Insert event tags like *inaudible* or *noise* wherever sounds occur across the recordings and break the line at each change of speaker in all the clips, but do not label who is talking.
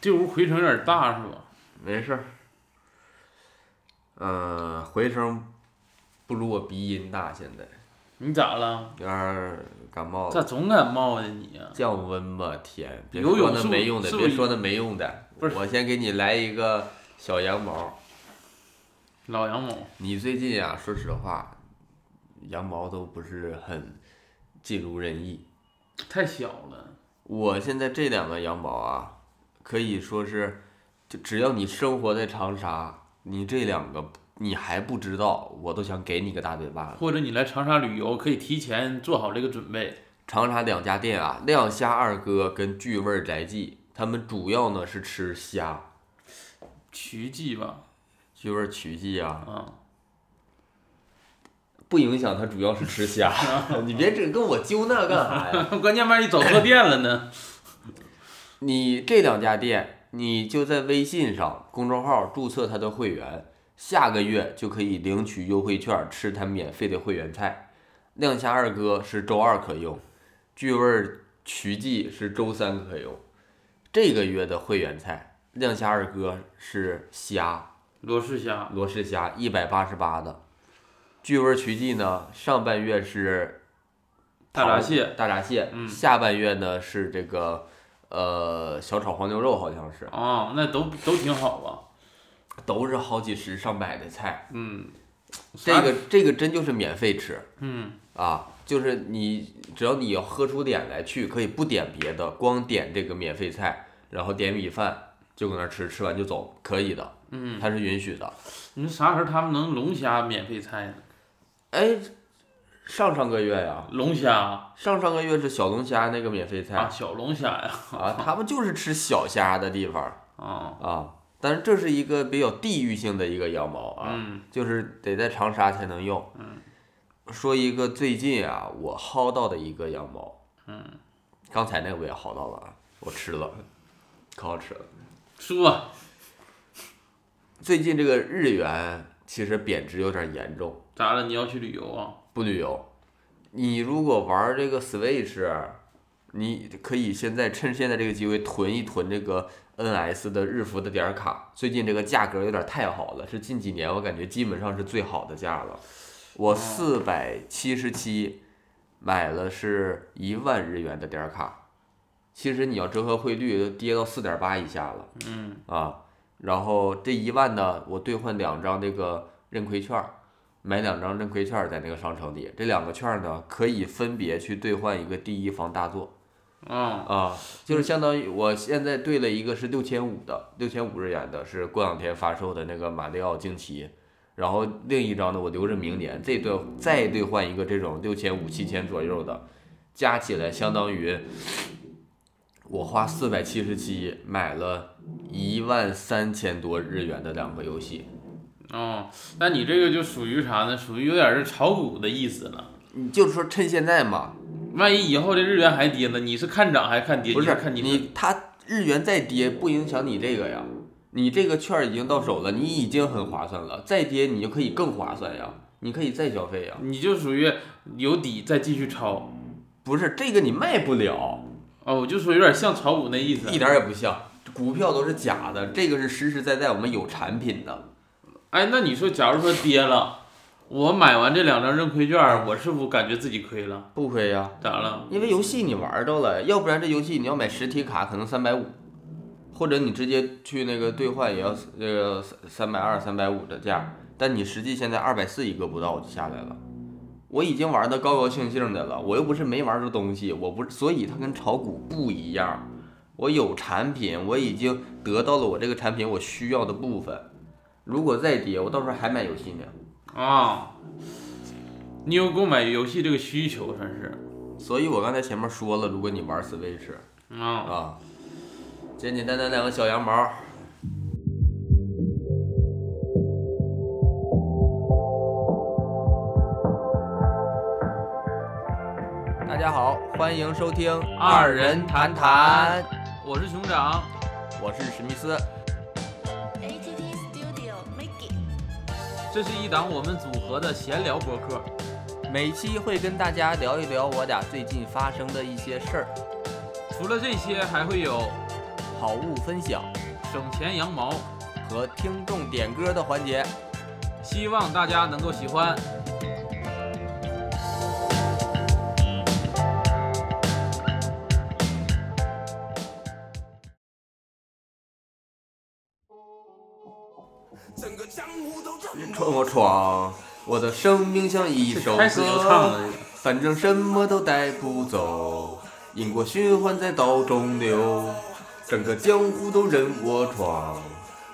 这屋回声有点大是吧？
没事儿。呃，回声不如我鼻音大，现在
你咋了？
有点儿感冒
咋
了。
总感冒呢你啊？
降温吧，天！别
游
说
泳
那
是不
没用的，
是不
别
是
说那没用的。
不是
我先给你来一个小羊毛。
老羊毛，
你最近呀、说实话，羊毛都不是很尽如人意。
太小了，
我现在这两个羊毛啊，可以说是，就只要你生活在长沙，你这两个你还不知道，我都想给你个大嘴巴子。
或者你来长沙旅游，可以提前做好这个准备。
长沙两家店啊，亮虾二哥跟聚味儿宅记，他们主要呢是吃虾，
奇迹吧， *laughs*
聚味儿曲记啊，
啊，
不影响他主要是吃虾。 *laughs* 你别这跟我揪那干啥呀？
关键万一走错店了呢？
你这两家店，你就在微信上公众号注册他的会员，下个月就可以领取优惠券，吃他免费的会员菜。亮虾二哥是周二可用，聚味儿曲记是周三可用。这个月的会员菜，亮虾二哥是虾
罗氏虾，
罗氏虾一百八十八的，聚味儿曲记呢上半月是
大闸蟹，
大闸蟹，
嗯
下半月呢是这个呃小炒黄牛肉好像是。
啊，那都都挺好啊。
都是好几十上百的菜，
嗯，
这个这个真就是免费吃
嗯，
啊，就是你只要你要喝出点来去，可以不点别的，光点这个免费菜，然后点米饭就搁那儿吃，吃完就走，可以的，
嗯，
它是允许的。
你说啥时候他们能龙虾免费菜呢？
哎，上上个月呀、
龙虾
上上个月是小龙虾那个免费菜
啊，小龙虾呀，
啊，他们就是吃小虾的地方
啊，
啊，但是这是一个比较地域性的一个羊毛啊，
嗯
就是得在长沙才能用。
嗯，
说一个最近啊，我薅到的一个羊毛，
嗯，
刚才那个我也薅到了啊，我吃了，可好吃了。
说
最近这个日元其实贬值有点严重，
咋了？你要去旅游啊？
不旅游，你如果玩这个 Switch，你可以现在趁现在这个机会囤一囤这个 NS 的日服的点儿卡。最近这个价格有点太好了，是近几年我感觉基本上是最好的价了。我四百七十七买了是一万日元的点儿卡，其实你要折合汇率都跌到四点八以下了
嗯，
啊。然后这一万呢，我兑换两张这个认亏券儿。买两张认亏券儿在那个商城里，这两个券儿呢可以分别去兑换一个第一方大作
啊，
啊，就是相当于我现在兑了一个是六千五的，六千五日元的是过两天发售的那个马里奥惊奇，然后另一张呢我留着明年这兑再兑换一个这种六千五七千左右的，加起来相当于我花四百七十七买了一万三千多日元的两个游戏。
哦，那你这个就属于啥呢？属于有点是炒股的意思了。
你嗯就是说趁现在嘛，
万一以后这日元还跌了，你是看涨还是看跌？
不
你
是
看你
你它日元再跌不影响你这个呀，你这个券儿已经到手了，你已经很划算了，再跌你就可以更划算呀，你可以再消费呀。
你就属于有底再继续抄。
不是这个你卖不了，
哦，我就说有点像炒股那意思
一。点儿也不像，股票都是假的，这个是实实在在我们有产品的。
哎，那你说，假如说跌了，我买完这两张认亏券，我是不是感觉自己亏了？
不亏呀，
咋了？
因为游戏你玩儿着了，要不然这游戏你要买实体卡可能三百五，或者你直接去那个兑换也要那个三百二、三百五的价儿，但你实际现在二百四一个不到我就下来了。我已经玩的高高兴兴的了，我又不是没玩着东西，我不，所以它跟炒股不一样。我有产品，我已经得到了我这个产品我需要的部分。如果再跌，我到时候还买游戏呢。
啊，你有购买游戏这个需求，算是
所以我刚才前面说了，如果你玩 Switch，
啊。
啊，简简单单两个小羊毛。大家好，欢迎收听《
二人
谈谈》，
我是熊掌，
我是史密斯。
ATT Studio Make It。
这是一档我们组合的闲聊博客，
每期会跟大家聊一聊我俩最近发生的一些事儿，
除了这些，还会有
好物分享
省钱羊毛，
和听众点歌的环节。
希望大家能够喜欢。
整个江湖都这么
闯我啊闯，我的生命像一首
开始就唱
歌
了，
反正什么都带不走，因果循环在道中流，整个江湖都任我闯。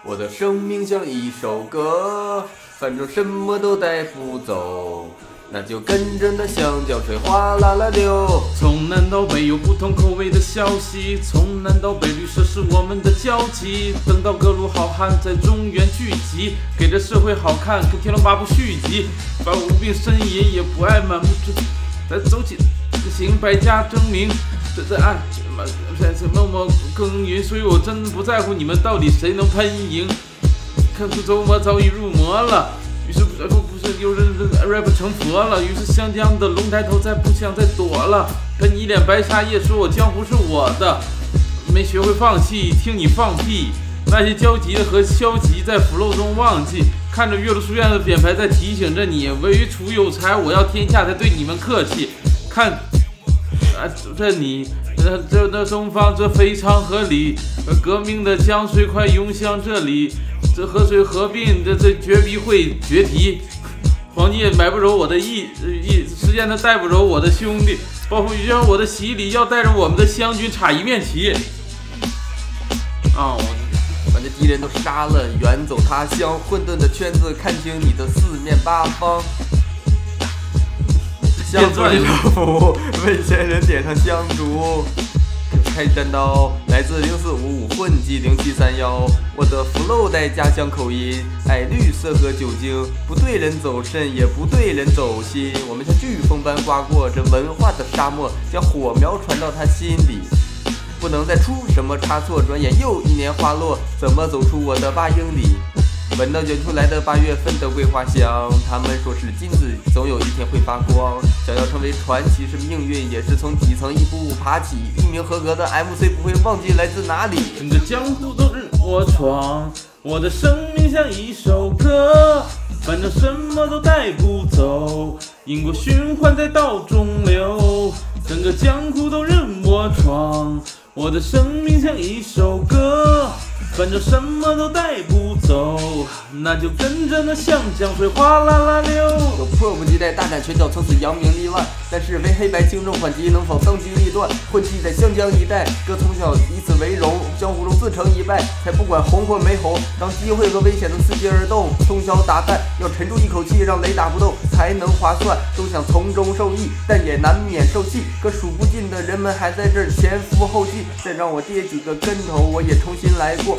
我的生命像一首歌，反正什么都带不走，那就跟着那香蕉水哗啦啦流。
从南到北有不同口味的消息，从南到北，绿色是我们的交集。等到各路好汉在中原聚集，给这社会好看，跟《天龙八部》续集。百无病呻吟，也不爱满目追。咱走起，行百家争鸣，这这爱什么什么默默耕耘。所以我真不在乎你们到底谁能喷赢。看出周魔早已入魔了，于是不不不是又是 rap 成佛了，于是湘江的龙抬头再不想再躲了，喷你脸白沙叶，说我江湖是我的，没学会放弃，听你放屁，那些焦急的和消极在 flow 中忘记，看着岳麓书院的匾牌在提醒着你，唯楚有才，我要天下才对你们客气，看啊，这你，这这这东方这非常合理，呃革命的江水快涌向这里，这河水合并，这这绝逼会决堤。黄金也买不走我的义义，时间它带不走我的兄弟，包括就像我的洗礼，要带着我们的湘军插一面旗。啊、我
把这敌人都杀了，远走他乡，混沌的圈子看清你的四面八方。
变
乡村
段
的服，为先人点上香烛。 *laughs* 开战刀来自零四五五混迹零七三幺，我的 flow 带家乡口音，爱绿色和酒精，不对人走肾，也不对人走心。我们像飓风般刮过这文化的沙漠，将火苗传到他心里。不能再出什么差错。转眼又一年花落，怎么走出我的八英里？闻到远处来的八月份的桂花香，他们说是金子总有一天会发光。想要成为传奇是命运，也是从底层一步步爬起。一名合格的 MC 不会忘记来自哪里。
整个江湖都任我闯，我的生命像一首歌，反正什么都带不走，因果循环在道中流。整个江湖都任我闯，我的生命像一首歌，反正什么都带不走，那就跟着那湘江水哗啦啦流。
我迫不及待大展拳脚，从此扬名立万。但是为黑白轻重缓急能否当机立断？混迹在湘江一带，哥从小以此为荣，江湖中自成一派，才不管红或没红。当机会和危险能伺机而动，通宵达旦，要沉住一口气，让雷打不动，才能划算。都想从中受益，但也难免受气。可数不尽的人们还在这儿前赴后继，再让我跌几个跟头，我也重新来过。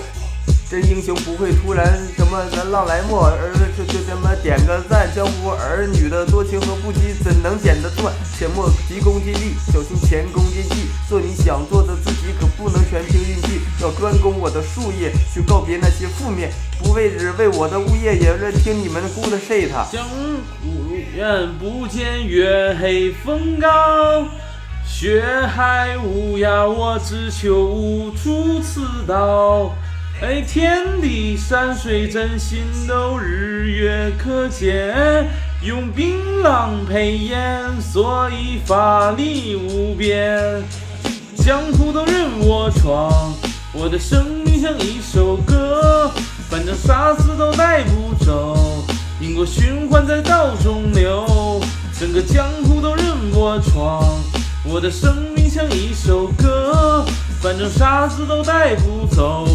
真英雄不会突然什么人浪来没，而是就这么点个赞。江湖儿女的多情和不羁，怎能显得断？且莫急功近利，小心前功尽弃。做你想做的自己，可不能全凭运气。要专攻我的术业，去告别那些负面。不为只为我的物业，也为听你们的 good shit。
江湖远不见月黑风高，学海无涯，我只求无处刺刀。哎，天地山水真心都日月可见，用槟榔配烟，所以法力无边。江湖都任我闯，我的生命像一首歌，反正啥子都带不走，因果循环在道中流，整个江湖都任我闯，我的生命像一首歌，反正啥子都带不走，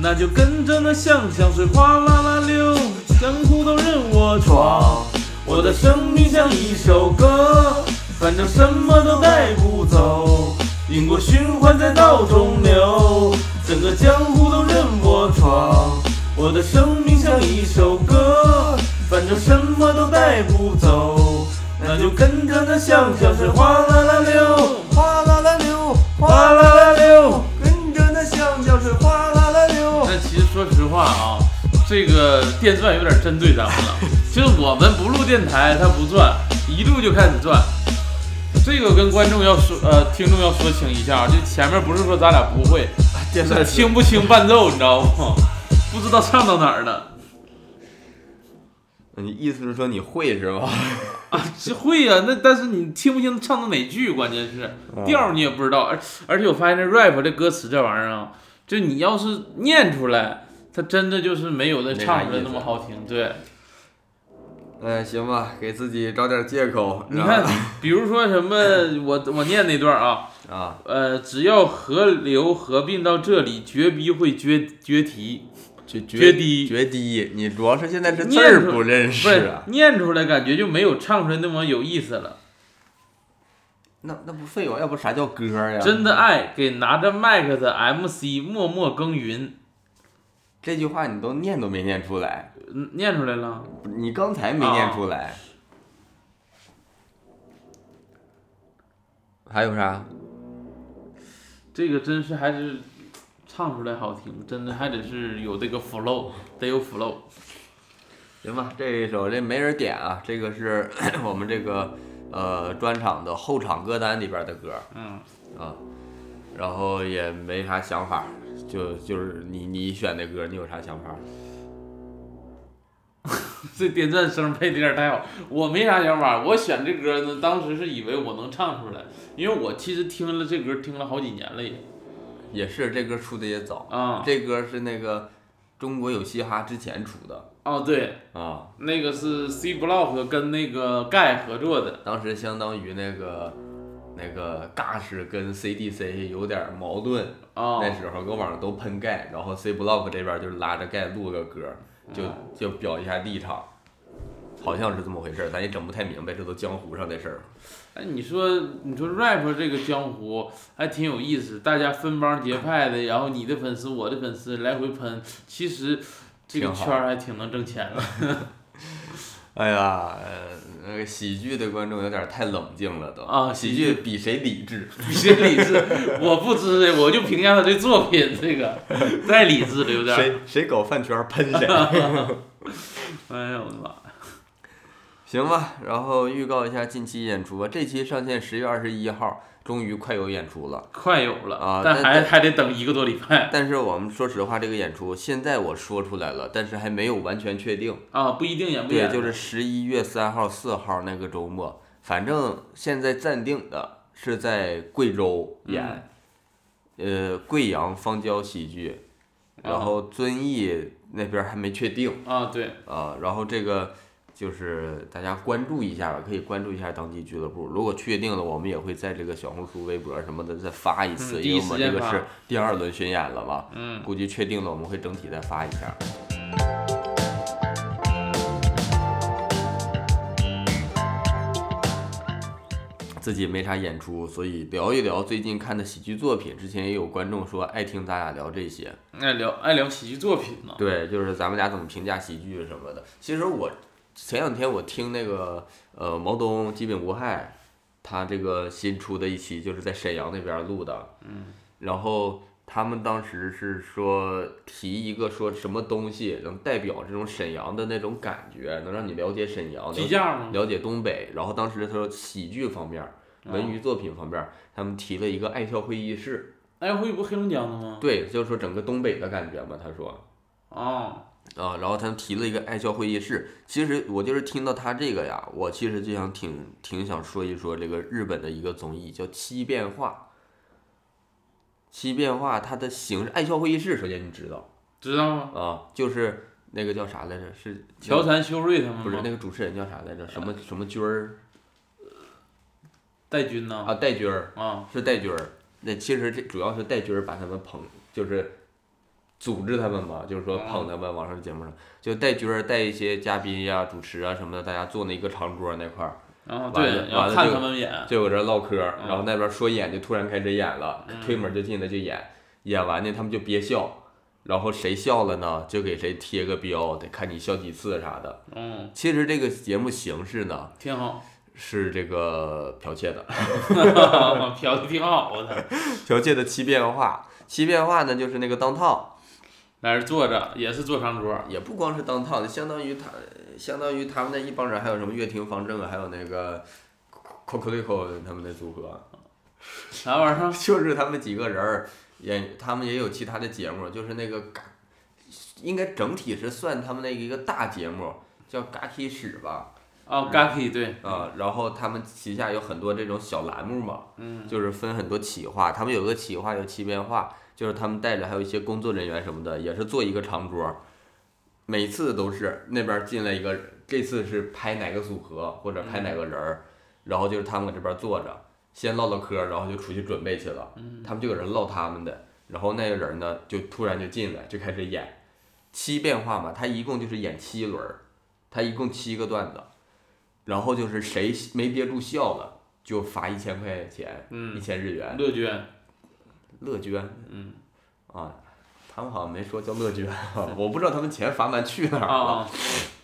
那就跟着那湘江水哗啦啦流，江湖都任我闯。我的生命像一首歌，反正什么都带不走，因果循环在道中流，整个江湖都任我闯。我的生命像一首歌，反正什么都带不走，那就跟着那湘江水哗啦啦流，
哗啦啦流，
哗
哗
啦
啦，
啦流。
跟着那香蕉水哗啦啦流。
但其实说实话啊，这个电钻有点针对咱们了。就是我们不录电台，它不转，一录就开始转。这个跟观众要说，呃，听众要说清一下啊，就前面不是说咱俩不会，
计算器
听不清伴奏，你知道吗？不知道唱到哪儿了
你意思是说你会是 *laughs* 吧？
啊？是会呀、那但是你听不清唱的哪句，关键是
嗯
调儿你也不知道，而而且我发现这 rap 这歌词这玩意儿啊，就你要是念出来，它真的就是没有那
没啥
唱出来
意思
那么好听。对，
嗯，行吧，给自己找点借口。
你
然
看
后，
比如说什么，我我念那段儿啊，
啊，
呃，只要河流合并到这里，绝逼会决决堤。
绝
绝堤
绝堤！你主要是现在是字
念
儿
出
不认
不
识
是
啊。
念出来，感觉就没有唱出来那么有意思了。
那那不废话，要不啥叫歌呀？
真的爱给拿着麦克的 MC 默默耕耘，
这句话你都念都没念出来，
嗯念出来了。
你刚才没念出
啊
来。还有啥？
这个真是还是唱出来好听，真的还得是有这个 flow，得有 flow。
行吧，这一首这没人点啊，这个是 *coughs* 我们这个呃专场的后场歌单里边的歌
嗯，
啊，然后也没啥想法，就就是你你选的歌，你有啥想法？
这电钻声配的有点太好，我没啥想法。我选这歌呢，当时是以为我能唱出来，因为我其实听了这歌听了好几年了也
也是这歌出的也早，
啊。
这歌是那个中国有嘻哈之前出的
哦对，
啊，
那个是 C Block 跟那个盖合作的，
当时相当于那个那个尬是跟 CDC 有点矛盾，
啊、
那时候搁网上都喷盖，然后 C Block 这边就拉着盖录个歌，就就表一下立场，好像是这么回事儿，咱也整不太明白，这都江湖上的事儿。
哎，你说你说 rap 这个江湖还挺有意思，大家分帮结派的，然后你的粉丝我的粉丝来回喷，其实这个
挺好
圈儿还挺能挣钱的。
哎呀，呃那个喜剧的观众有点太冷静了都
啊
喜
喜
剧比谁理智，
谁理智？我不知道，我就评价他这作品，这个太理智了有点儿。
谁谁搞饭圈儿喷
*laughs*
谁。
哎呀，我的妈！
行吧，然后预告一下近期演出吧，这期上线十月二十一号，终于快有演出了。
快有了，
啊
但
但
还
但
还得等一个多礼拜
但是我们说实话，这个演出现在我说出来了，但是还没有完全确定。
啊，不一定演不
对，
演。
就是十一月三号、四号那个周末，反正现在暂定的是在贵州
嗯
演，呃，贵阳方椒喜剧，然后遵义那边还没确定
啊，对，
啊、然后这个就是大家关注一下吧，可以关注一下当地俱乐部。如果确定了，我们也会在这个小红书、微博什么的再发一次，
嗯第
因
一
为我们
时
这
间
个
发
是第二轮巡演了嘛，
嗯，
估计确定了，我们会整体再发一下。自己没啥演出，所以聊一聊最近看的喜剧作品。之前也有观众说爱听咱俩聊这些，
爱聊爱聊喜剧作品呢。
对，就是咱们俩怎么评价喜剧什么的。其实我前两天我听那个呃毛东基本无害，他这个新出的一期就是在沈阳那边录的，嗯，然后他们当时是说提一个说什么东西能代表这种沈阳的那种感觉，能让你了解沈阳，
鸡
了
架吗？
了解东北。然后当时他说喜剧方面儿。文娱作品方面儿，他们提了一个爱笑会议室，
哎，会不会黑龙江的吗？
对，就是说整个东北的感觉嘛。他说，
啊，
啊，然后他提了一个爱笑会议室。其实我就是听到他这个呀，我其实就想挺挺想说一说这个日本的一个综艺叫《七变化》。七变化它的形式，爱笑会议室，首先你知道
知道吗？
啊，就是那个叫啥来着？是
乔杉、修睿他们吗
不是那个主持人叫啥来着？什么什么军儿
戴军呢？
啊？戴军儿
啊，
是戴军儿。那其实这主要是戴军儿把他们捧，就是组织他们嘛，就是说捧他们往上节目上，就戴军儿带一些嘉宾呀、主持啊什么的，大家坐那一个长桌那块儿，
啊，
完了
对，然
完
后
了
看
就
他们演，
就有人唠嗑儿，
嗯
然后那边说演就突然开始演了，推门就进来就演，演完呢他们就憋笑，然后谁笑了呢，就给谁贴个标，得看你笑几次啥的。
嗯，
其实这个节目形式呢
挺
*laughs*
好，
是这个剽窃的， *laughs*
嫖的挺好啊的，
剽窃的七变化。七变化呢，就是那个当烫，
在这坐着也是坐长桌，
也不光是当烫，相当于他，相当于他们那一帮人，还有什么乐亭方正，啊还有那个 Coco Coco 他们的组合， *laughs*
啥玩意儿？
就是他们几个人儿也他们也有其他的节目，就是那个嘎，应该整体是算他们那个一个大节目，叫嘎 K 史吧，
哦 g a k i 对，
啊、然后他们旗下有很多这种小栏目嘛，就是分很多企划，他们有个企划叫七边画，就是他们带着还有一些工作人员什么的，也是做一个长桌，每次都是那边进来一个，这次是拍哪个组合或者拍哪个人儿，然后就是他们搁这边坐着，先唠唠嗑，然后就出去准备去了，他们就有人唠他们的，然后那个人呢就突然就进来就开始演，七变化嘛，他一共就是演七轮儿，他一共七个段子。然后就是谁没憋住笑了，就罚一千块钱，一
嗯，
千日元，
乐捐，
乐捐
嗯，
啊，他们好像没说叫乐捐，啊我不知道他们钱罚完去哪
啊
儿了，
啊，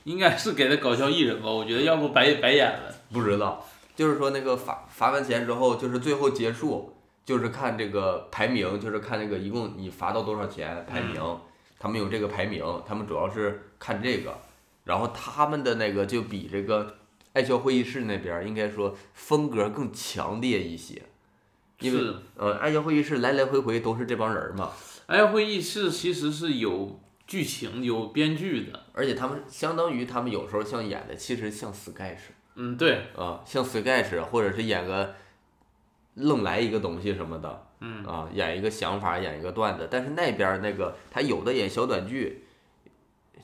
应该是给的搞笑艺人吧，我觉得要不白白演了，
不知道。就是说那个罚罚完钱之后，就是最后结束，就是看这个排名，就是看那个一共你罚到多少钱排名，他们有这个排名，他们主要是看这个，然后他们的那个就比这个爱笑会议室那边儿应该说风格更强烈一些。因为
是，
呃，爱笑会议室来来回回都是这帮人儿嘛，
爱会议室其实是有剧情、有编剧的，
而且他们相当于他们有时候像演的，其实像 sketch
嗯，对，
啊、像 sketch 或者是演个愣来一个东西什么的，嗯啊、演一个想法，演一个段子。但是那边儿那个他有的演小短剧，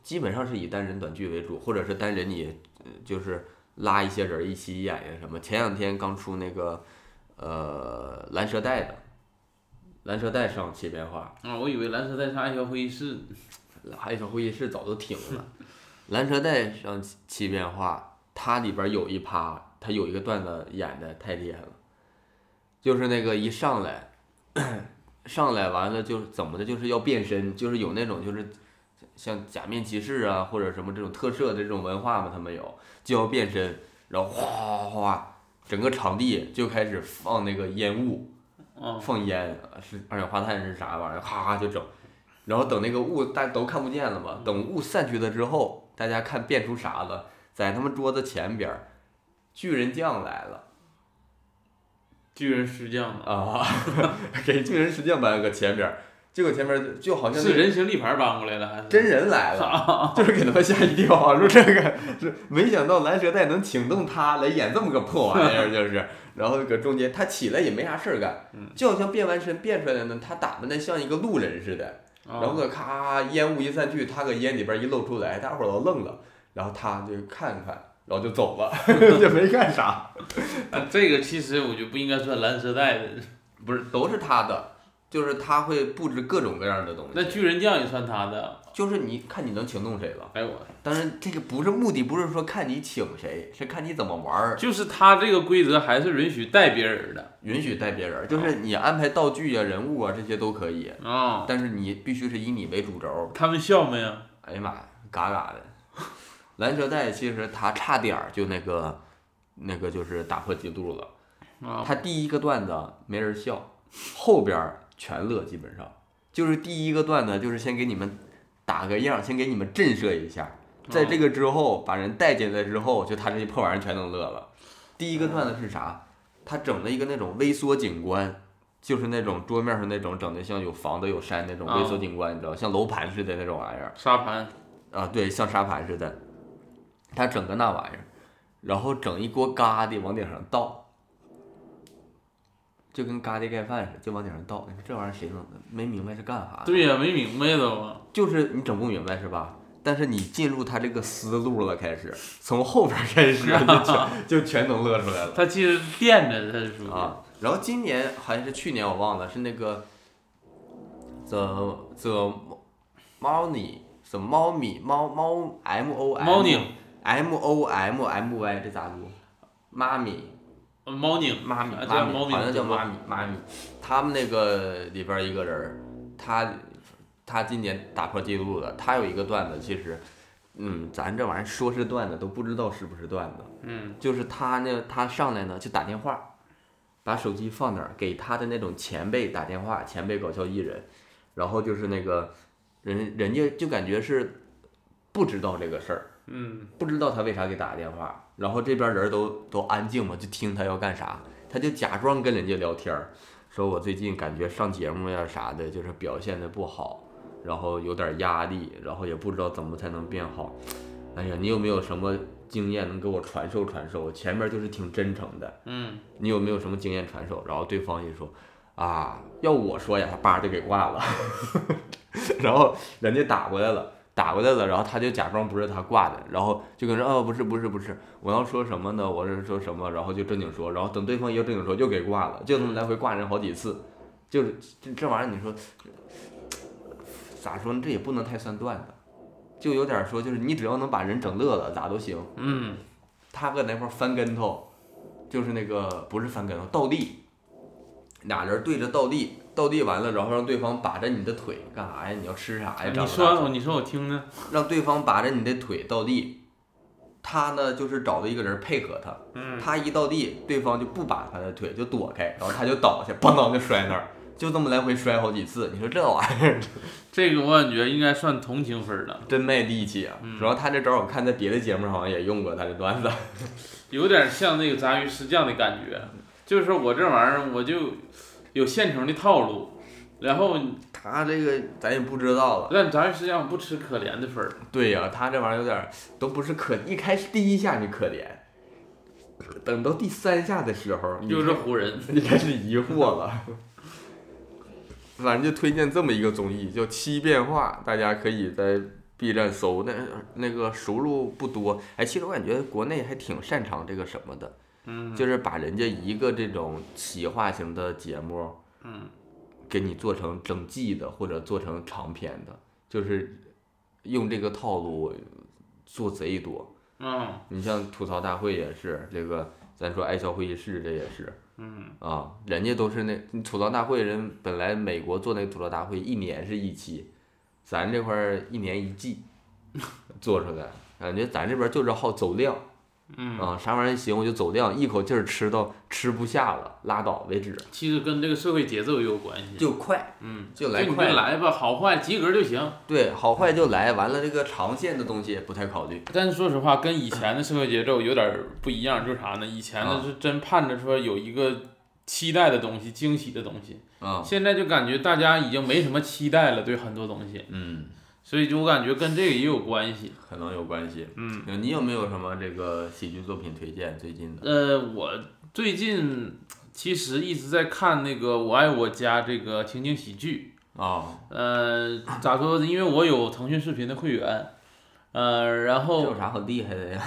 基本上是以单人短剧为主，或者是单人你呃就是拉一些人一起演呀什么。前两天刚出那个呃蓝蛇带的，蓝蛇带上七边画，
啊，我以为蓝蛇带上爱笑会议室呢，
还有小会议室早都停了。蓝车带上七七变化，它里边有一趴，它有一个段子演的太厉害了，就是那个一上来，上来完了就是怎么的，就是要变身，就是有那种就是像假面骑士啊或者什么这种特摄的这种文化嘛，他们有就要变身，然后哗哗哗，整个场地就开始放那个烟雾，
啊，
放烟是二氧化碳是啥玩意儿，咔咔就整，然后等那个雾大家都看不见了嘛，等雾散去了之后，大家看变出啥了，在他们桌子前边儿，巨人将来了
巨人石匠嘛，
啊， *laughs* 给巨人石匠搬个前边儿，结果前边儿就就好像那
是
个
人形立牌搬过来了还是？啊 *laughs*
真人来了，就是给他们吓一跳啊！说这个是没想到蓝蛇带能请动他来演这么个破玩意儿，就是， *laughs* 然后搁中间他起来也没啥事儿干
嗯，
就好像变完身变出来的呢，他打扮的像一个路人似的， *laughs* 然后
啊，
搁咔烟雾一散去，他搁烟里边一露出来，大伙儿都愣了，然后他就看看，然 *laughs* 后就走了，也没干啥，
啊这个其实我就不应该算蓝蛇带的，
不是都是他的，就是他会布置各种各样的东
那
西，
巨人将也算他的，
就是你看你能请动谁了。
哎我，
当然，这个不是目的，不是说看你请谁，是看你怎么玩儿。
就是他这个规则还是允许带别人的
允许带别人儿，就是你安排道具啊、人物啊这些都可以，
啊。
但是你必须是以你为主轴。
他们笑没啊有？
哎呀妈呀，嘎嘎的！ *laughs* 蓝蛇带其实他差点儿就那个，那个就是打破记录了。
啊，
他第一个段子没人笑，后边儿全乐，基本上就是第一个段子就是先给你们打个样，先给你们震慑一下，在这个之后把人带进来之后，就他这些破玩意儿全能乐了。第一个段子是啥？他整了一个那种微缩景观，就是那种桌面上那种整的像有房子有山那种微缩景观，你知道，像楼盘似的那种玩意儿。
沙盘
啊，对，像沙盘似的，他整个那玩意儿，然后整一锅咖喱往顶上倒，就跟咖喱盖饭似的，就往顶上倒。你说这玩意儿谁能没明白是干啥的？
对呀、没明白都啊。
就是你整不明白是吧？但是你进入他这个思路了，开始从后边儿开始就全 *laughs* 就全能乐出来了
他其实垫着，他是属于
啊。然后今年好像是去年我忘了，是那个 the the 猫你什么猫咪猫猫 m o m
猫拧，
M O M M Y 这咋读？妈咪，
呃猫拧，
妈咪，
啊
妈
叫
咪，
猫咪，
好像叫妈咪，妈咪。他们那个里边一个人儿，他他今年打破记录了。他有一个段子，其实，嗯，咱这玩意儿说是段子，都不知道是不是段子。
嗯，
就是他呢，他上来呢就打电话，把手机放那儿，给他的那种前辈打电话，前辈搞笑艺人，然后就是那个人人家就感觉是不知道这个事儿。
嗯，
不知道他为啥给打个电话，然后这边人都都安静嘛，就听他要干啥，他就假装跟人家聊天儿，说我最近感觉上节目呀啥的，就是表现的不好，然后有点压力，然后也不知道怎么才能变好。哎呀，你有没有什么经验能给我传授传授？前面就是挺真诚的，
嗯，
你有没有什么经验传授？然后对方也说，啊，要我说呀，他叭就给挂了， *laughs* 然后人家打过来了，打过来了，然后他就假装不是他挂的，然后就跟人哦，不是不是不是，我要说什么呢？我是说什么？然后就正经说，然后等对方一个正经说又给挂了，就这么来回挂人好几次，就是这这玩意儿，你说咋说呢？这也不能太算段子，就有点儿说就是你只要能把人整乐了，咋都行。
嗯，
他搁那块儿翻跟头，就是那个不是翻跟头，倒立，俩人对着倒立，倒立完了，然后让对方把着你的腿干啥呀？你要吃啥呀？
哎你
张
说
大
我
嘴
你说我听呢，
让对方把着你的腿倒立，他呢就是找了一个人配合他，
嗯，
他一倒地，对方就不把他的腿就躲开，然后他就倒下，咣当就摔那儿，就这么来回摔好几次。你说这玩意儿
这个我感觉应该算同情分了，
真卖力气啊！主要他这招我看在别的节目上好像也用过他这段子，
有点像那个炸鱼吃酱的感觉，就是说我这玩意儿我就有现成的套路，然后
*laughs* 他这个咱也不知道了。
但炸鱼吃酱不吃可怜的分儿，
对呀、他这玩意儿有点儿都不是可一开始第一下你可怜，等到第三下的时候，你
就是湖人，
*laughs* 你开始疑惑了。反正就推荐这么一个综艺，叫《七变化》，大家可以在 B 站搜。那那个熟路不多，哎，其实我感觉国内还挺擅长这个什么的，
嗯，
就是把人家一个这种企划型的节目，
嗯，
给你做成整季的或者做成长篇的，就是用这个套路做贼多。
嗯
你像吐槽大会也是，这个咱说爱笑会议室这也是，
嗯
啊，人家都是那吐槽大会，人本来美国做那吐槽大会一年是一期，咱这块儿一年
*laughs*
一季做出来，感觉咱这边儿就是好走量
嗯，
啊，啥玩意儿行我就走量，一口气儿吃到吃不下了拉倒为止，
其实跟这个社会节奏也有关系，
就快，
嗯，
就
就
来
你就
快，
来吧，好坏及格就行。
对，好坏就来，完了这个长线的东西也不太考虑，
但是说实话，跟以前的社会节奏有点儿不一样，就是啥呢？以前
啊
呢是真盼着说有一个期待的东西、惊喜的东西，
啊，
现在就感觉大家已经没什么期待了，对很多东西，
嗯，
所以就我感觉跟这个也有关系。
可能有关系。
嗯，
你有没有什么这个喜剧作品推荐？最近的
呃，我最近其实一直在看那个《我爱我家》这个情景喜剧，
啊，
呃，咋说呢？因为我有腾讯视频的会员，呃，然
这
后
有啥好厉害的呀？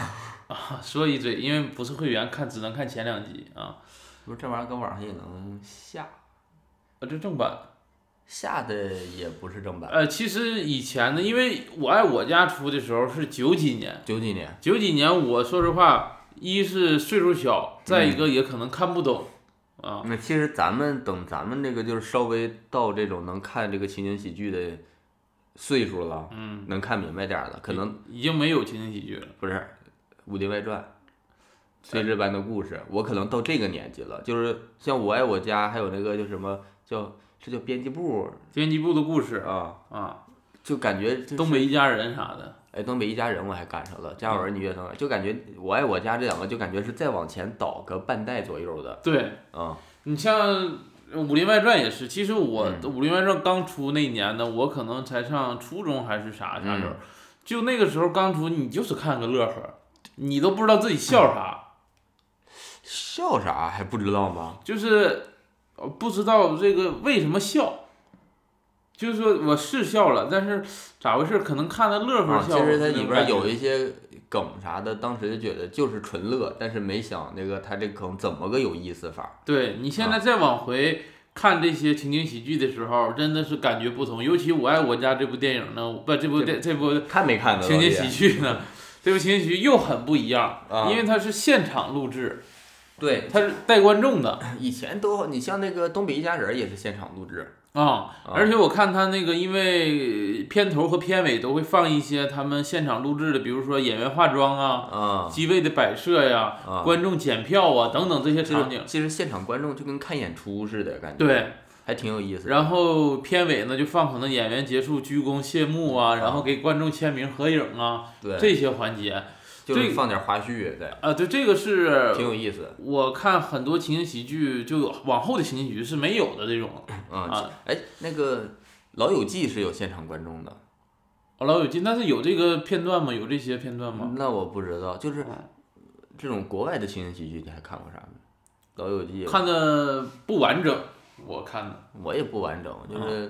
说一嘴，因为不是会员看，只能看前两集啊。
不是这玩意儿搁网上也能下。
呃，这正版。
下的也不是正版，
呃，其实以前呢，因为我爱我家出的时候是九几年，
九几年，
九几年我说实话，一是岁数小，再一个也可能看不懂、啊。
那其实咱们等咱们这个就是稍微到这种能看这个情景喜剧的岁数了，
嗯，
能看明白点儿了，可能
已已经没有情景喜剧了。
不是《武林外传》《炊事班的故事》，我可能到这个年纪了，就是像《我爱我家》，还有那个叫什么叫这叫编辑部
编辑部的故事
啊，
啊，
就感觉就是
东北一家人啥的。
哎，东北一家人我还赶上了，家有儿女也能，就感觉我爱我家这两个就感觉是再往前倒个半代左右的，
对，
嗯
你像《武林外传》也是，其实我
嗯
《武林外传》刚出那年呢，我可能才上初中还是啥啥时候，
嗯
就那个时候刚出，你就是看个乐呵，你都不知道自己笑啥，
笑啥还不知道吗？
就是呃不知道这个为什么笑。就是说我是笑了，但是咋回事？可能看他乐呵
啊，
笑。
其实它里边有
一
一些梗啥的，当时就觉得就是纯乐，但是没想那个它这梗怎么个有意思法儿。
对你
啊
现在再往回看这些情景喜剧的时候，真的是感觉不同。尤其《我爱我家》这部电影呢，不，这部电这部
看没看呢？
情景
老
喜
弟
剧呢，这部情景喜剧又很不一样，
啊，
因为它是现场录制，
对
它是带观众的
以前都你像那个东北一家人儿也是现场录制，
啊。
啊
而且我看它那个，因为片头和片尾都会放一些他们现场录制的，比如说演员化妆啊、
啊
机位的摆设呀、
啊，
观众检票啊等等这些
其实
场景。
其实现场观众就跟看演出似的感觉，，
对，
还挺有意思的。
然后片尾呢就放可能演员结束鞠躬谢幕啊，然后给观众签名合影啊
对
这些环节。
就是
这个
放点花絮也在，
啊，对，这个是
挺有意思。
我看很多情景喜剧，就往后的情景喜剧是没有的这种。
嗯
啊，
哎，那个《老友记》是有现场观众的，
哦，老友记，但是有这个片段吗？有这些片段吗？
那我不知道，就是
嗯
这种国外的情景喜剧，你还看过啥没？《老友记》
看的不完整，我看的
我也不完整，就是
《
《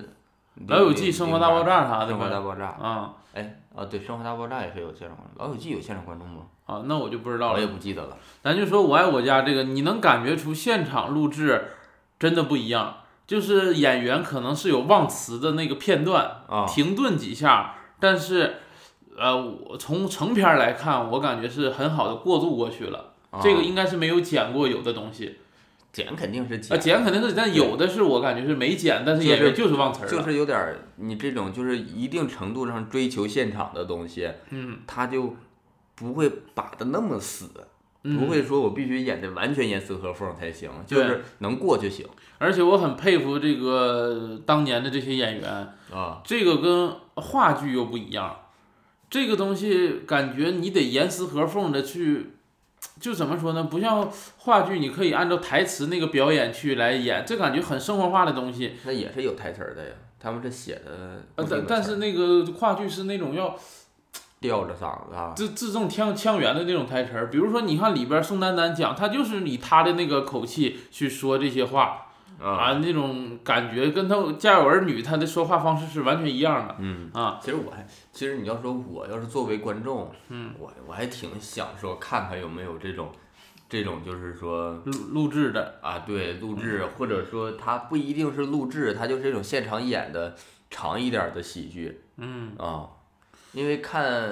嗯老友记》《生活大爆炸》啥的
生活大
呗。
爆炸，
啊
哎啊，对，《生活大爆炸》也是有现场观众，《老友记》有现场观众吗？
啊，那我就不知道
我也
了。
不记得了。
咱就说我爱我家这个，你能感觉出现场录制真的不一样，就是演员可能是有忘词的那个片段，
啊，
停顿几下，但是，呃，我从成片儿来看，我感觉是很好的过渡过去了。
啊
这个应该是没有剪过有的东西，
剪肯定是
啊，
剪，
剪肯定是，但有的是我感觉是没剪，但是
就是
演员就是忘词儿了。
就是有点儿你这种就是一定程度上追求现场的东西，
嗯，
他就不会把的那么死，
嗯
不会说我必须演的完全严丝合缝才行，就
对
是能过就行
而且我很佩服这个当年的这些演员，
啊。
这个跟话剧又不一样，这个东西感觉你得严丝合缝的去，就怎么说呢？不像话剧，你可以按照台词那个表演去来演，这感觉很生活化的东西。
那也是有台词儿的呀，他们是写的固
呃，
定的词儿，
但但是那个话剧是那种要
吊着嗓子啊，
字字正腔腔圆的那种台词儿，比如说你看里边宋丹丹讲，她就是以她的那个口气去说这些话
嗯
啊，那种感觉跟她《家有儿女》她的说话方式是完全一样的
嗯。
啊。
其实我还，其实你要说我要是作为观众，嗯，我我还挺想说看看有没有这种，这种就是说
录录制的，
啊，对，录制或者说它不一定是录制，它就是一种现场演的长一点儿的喜剧
嗯
啊。因为看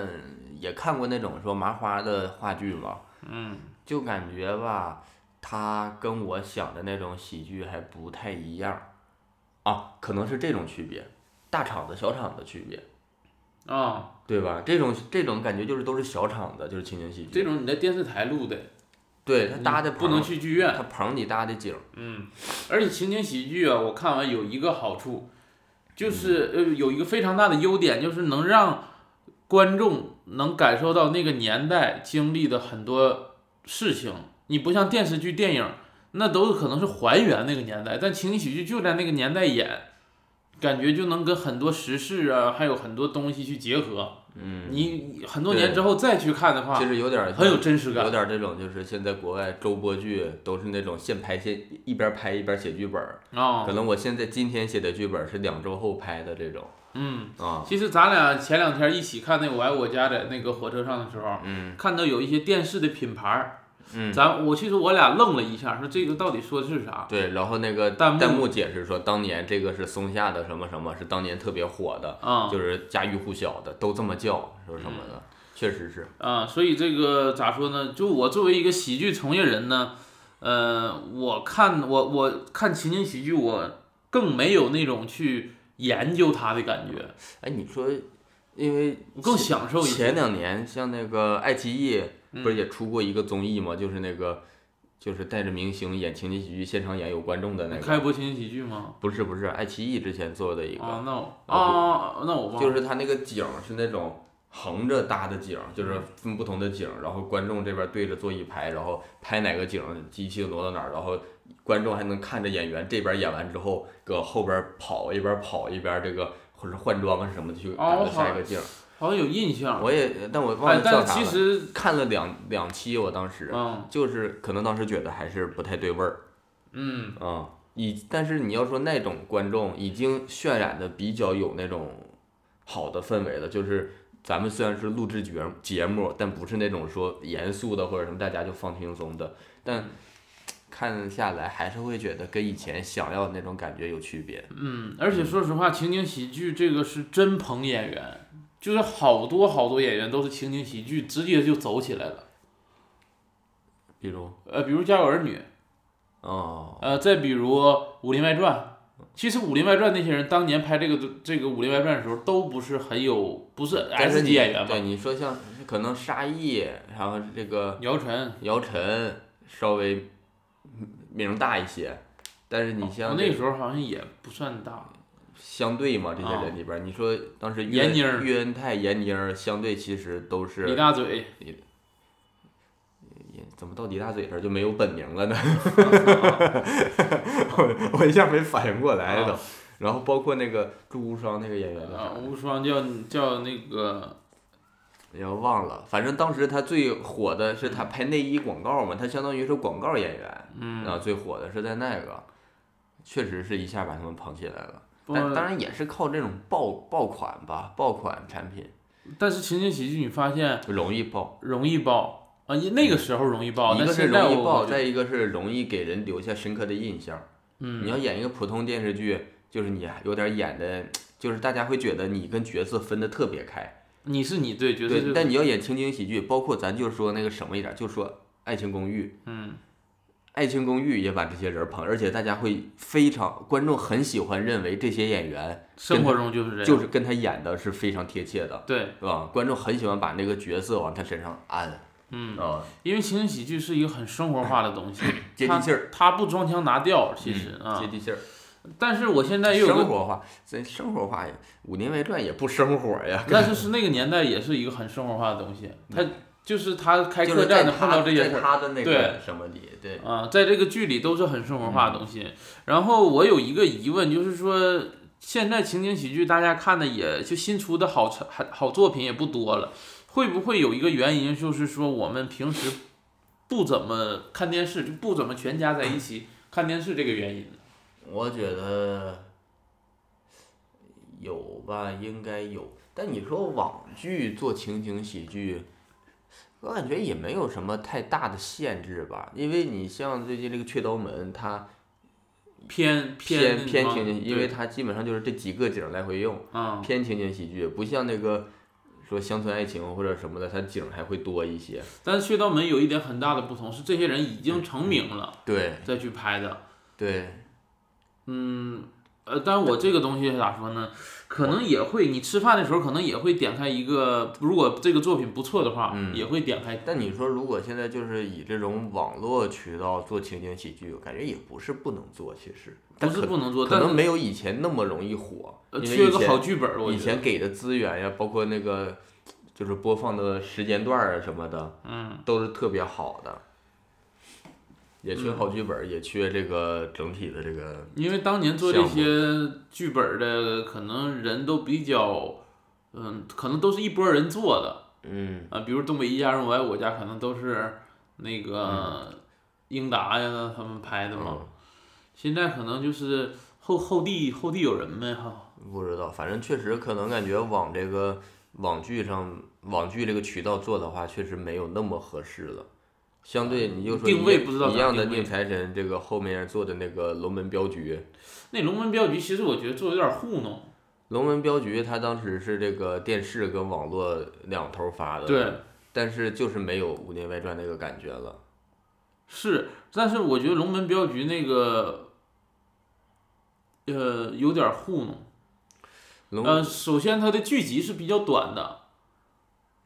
也看过那种说麻花的话剧嘛，
嗯
就感觉吧，它跟我想的那种喜剧还不太一样儿啊，可能是这种区别，大场子小场子区别，
啊，
对吧？这种这种感觉就是都是小场子，就是情景喜剧，
这种你在电视台录的，
对它搭的
不能去剧院
它，棚里搭的景儿，
嗯，而且情景喜剧啊，我看完有一个好处，就是呃有一个非常大的优点，就是能让观众能感受到那个年代经历的很多事情。你不像电视剧、电影，那都可能是还原那个年代，但情景喜剧就在那个年代演，感觉就能跟很多时事啊，还有很多东西去结合。
嗯，
你很多年之后再去看的话
其，实有点儿
啊很有真实
有
感。
点儿这种，就是现在国外周播剧都是那种现拍现一边儿拍一边儿写剧本儿，
啊、
可能我现在今天写的剧本儿是两周后拍的这种
嗯。
啊，
其实咱俩前两天一起看那《我爱我家》在那个火车上的时候，
嗯
看到有一些电视的品牌儿，
嗯，
咱我其实我俩愣了一下，说这个到底说的是啥？
对，然后那个
弹幕
解释说，当年这个是松下的什么什么，是当年特别火的，
啊、
就是家喻户晓的，都这么叫，说什么的，
嗯
确实是，
啊、所以这个咋说呢？就我作为一个喜剧从业人呢，呃，我看我我看情景喜剧，我更没有那种去研究它的感觉，
哎，你说，因为
我更享受一些。嗯
前两年像那个爱奇艺不是也出过一个综艺嘛，就是那个就是带着明星演情景喜剧，现场演有观众的那
开
个，
播情景喜剧吗？
不是不是，爱奇艺之前做的一个，
啊，那我
啊
啊，那我忘了。
就是它那个景儿是那种横着搭的景儿，就是分不同的景儿，然后观众这边对着坐一排，然后拍哪个景儿，机器挪到哪儿，然后观众还能看着演员这边演完之后，搁后边跑，一边跑一边这个或者换装啊什么的去赶
哦
着下一个景儿。
好像有印象。
我也，但我忘
哎
了，叫
但
啥
其
了。
实，
看了两两期，我当时
嗯
就是可能当时觉得还是不太对味儿。
嗯。
啊、已，但是你要说那种观众已经渲染的比较有那种好的氛围了，就是咱们虽然是录制节节目，但不是那种说严肃的或者什么，大家就放轻松的，但看下来还是会觉得跟以前想要的那种感觉有区别。
嗯，而且说实话，情景喜剧这个是真捧演员，就是好多好多演员都是情景喜剧直接就走起来了。
比如，
呃，比如《家有儿女》，
哦，
呃，再比如《武林外传》。其实《武林外传》那些人当年拍这个这个《武林外传》的时候，都不是很有，不是
但是
S 级
你
演员
对
吧？
你说像可能沙溢，然后这个
姚晨，
姚晨稍微名大一些，但是你
哦
像、
啊我那时候好像也不算大。
相对嘛，这些人里边儿，你说当时岳
啊闫妮儿
岳恩泰、闫妮儿相对其实都是 *laughs*
李大嘴，
李怎么到李大嘴这儿就没有本名了呢？ *laughs* 我我一下没反应过来都。然后包括那个祝无双那个演员叫啥
啊，？无双叫叫那个
哎呀，忘了，反正当时他最火的是他拍内衣广告嘛，他相当于是广告演员，嗯，然后最火的是在那个，确实是一下把他们捧起来了。
不
但当然也是靠这种爆爆款吧，爆款产品
但是情景喜剧你发现
容易爆，
容易爆啊，因哦那个时候容易爆，
一
但
个是
现在
容易
我
爆，
我觉得
再一个是容易给人留下深刻的印象。你
嗯，
要演一个普通电视剧，就是你有点演的，就是大家会觉得你跟角色分得特别开，
你是你对，绝对
对，
是
但你要演情景喜剧，包括咱就说那个什么一点，就说《爱情公寓》。
嗯，
《爱情公寓》也把这些人捧，而且大家会非常，观众很喜欢认为这些演员
生活中就是这样，
就是跟他演的是非常贴切的，
对，
是吧？观众很喜欢把那个角色往他身上安
嗯，
啊，
因为情景喜剧是一个很生活化的东西，
接地气儿，
它不装腔拿调，其实
嗯
啊
接，地气儿，
但是我现在又有
生
个，
活化，这生活化也，《武林外传》也不生活呀，
但是是那个年代也是一个很生活化的东西，它就是他开
就
客
是在
栈的碰
他
到这些
在
事儿，
他的那
对
个什么里，对，
啊，在这个剧里都是很生活化的东西。然后我有一个疑问，就是说现在情景喜剧大家看的也就新出的好成好好作品也不多了，会不会有一个原因就是说我们平时不怎么看电视，就不怎么全家在一起看电视这个原因呢？
我觉得有吧，应该有。但你说网剧做情景喜剧，我感觉也没有什么太大的限制吧，因为你像最近这个《雀刀门》，它
偏
偏
偏
偏
那
情
种
景，因
对
为它基本上就是这几个景儿来回用，
嗯
偏情景喜剧，不像那个说乡村爱情或者什么的，它景儿还会多一些。
但是《雀刀门》有一点很大的不同是，这些人已经成名了
对
再去拍的。
对，
嗯，呃，但我这个东西咋说呢？可能也会，你吃饭的时候可能也会点开一个，如果这个作品不错的话，
嗯
也会点开。
但你说如果现在就是以这种网络渠道做情景喜剧，我感觉也不是不能做，其实
不
但
是
可
不能做，
可
但
能
是
没有以前那么容易火，
呃
因
缺
为以
个好
前
剧本儿，我
以
觉得。
前给的资源呀，包括那个就是播放的时间段儿啊什么的，
嗯，
都是特别好的。也
嗯
缺好剧本儿，也缺这个整体的这个，
因为当年做这
项目
些剧本儿的，可能人都比较，嗯，可能都是一波人做的
嗯，
啊、比如东北一家人我爱我家，可能都是那个英达呀他们拍的嘛。
嗯，
现在可能就是后后地后地有人呗哈。
不知道，反正确实可能感觉往这个网剧上，网剧这个渠道做的话，确实没有那么合适了。相对你就说
定
一
位不知道
一
咋
样的
定位
宁财神，这个后面做的那个龙门镖局，
那龙门镖局其实我觉得做有点糊弄，
龙门镖局，它当时是这个电视跟网络两头发的，，
对，
但是就是没有《武林外传》那个感觉了。
是，但是我觉得龙门镖局那个，呃，有点糊弄。
龙
呃，首先它的剧集是比较短的，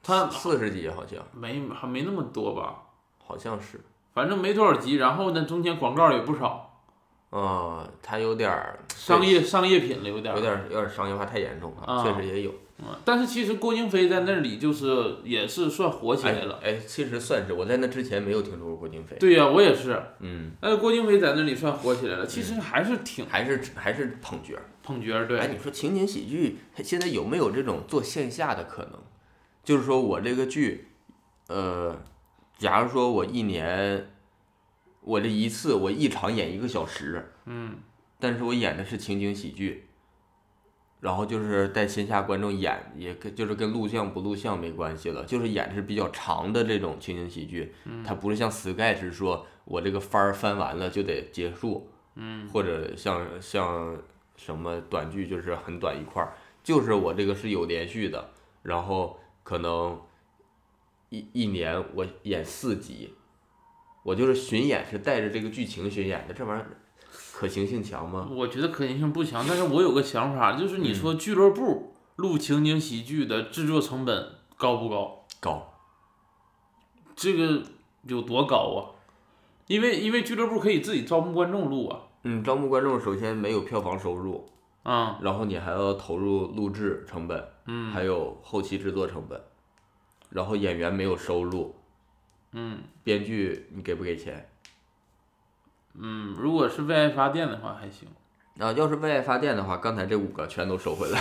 它
四十集好像，
没还没那么多吧，
好像是，
反正没多少集。然后呢，中间广告也不少，
嗯，它有点儿
商，业商业品了有点儿
对有。点儿有点儿商业化太严重了，
啊
确实也有。
嗯但是其实郭京飞在那里就是也是算火起来了。
哎，哎其实算是我在那之前没有听说过郭京飞，
对呀、我也是。
嗯，
但是郭京飞在那里算火起来了，其实还是挺
还是还是捧角儿。
捧角儿，
哎，
对，
你说情景喜剧现在有没有这种做线下的可能？就是说我这个剧，呃，假如说我一年，我这一次我一场演一个小时，
嗯，
但是我演的是情景喜剧，然后就是带线下观众演，也跟就是跟录像不录像没关系了，就是演的是比较长的这种情景喜剧，
嗯
它不是像 sketch 是说我这个番儿翻完了就得结束，嗯，或者像像什么短剧就是很短一块儿，就是我这个是有连续的，然后可能一一年我演四集，我就是巡演是带着这个剧情巡演的，这玩意儿可行性强吗？
我觉得可行性不强，但是我有个想法，就是你说俱乐部录情景喜剧的制作成本高不高？
高，
这个有多高啊？因为因为俱乐部可以自己招募观众录啊，
嗯，招募观众首先没有票房收入，
啊、
然后你还要投入录制成本，嗯，还有后期制作成本，然后演员没有收入，
嗯
编剧你给不给钱？
嗯，如果是为爱发电的话还行，
啊，要是为爱发电的话，刚才这五个全都收回 *laughs* 来。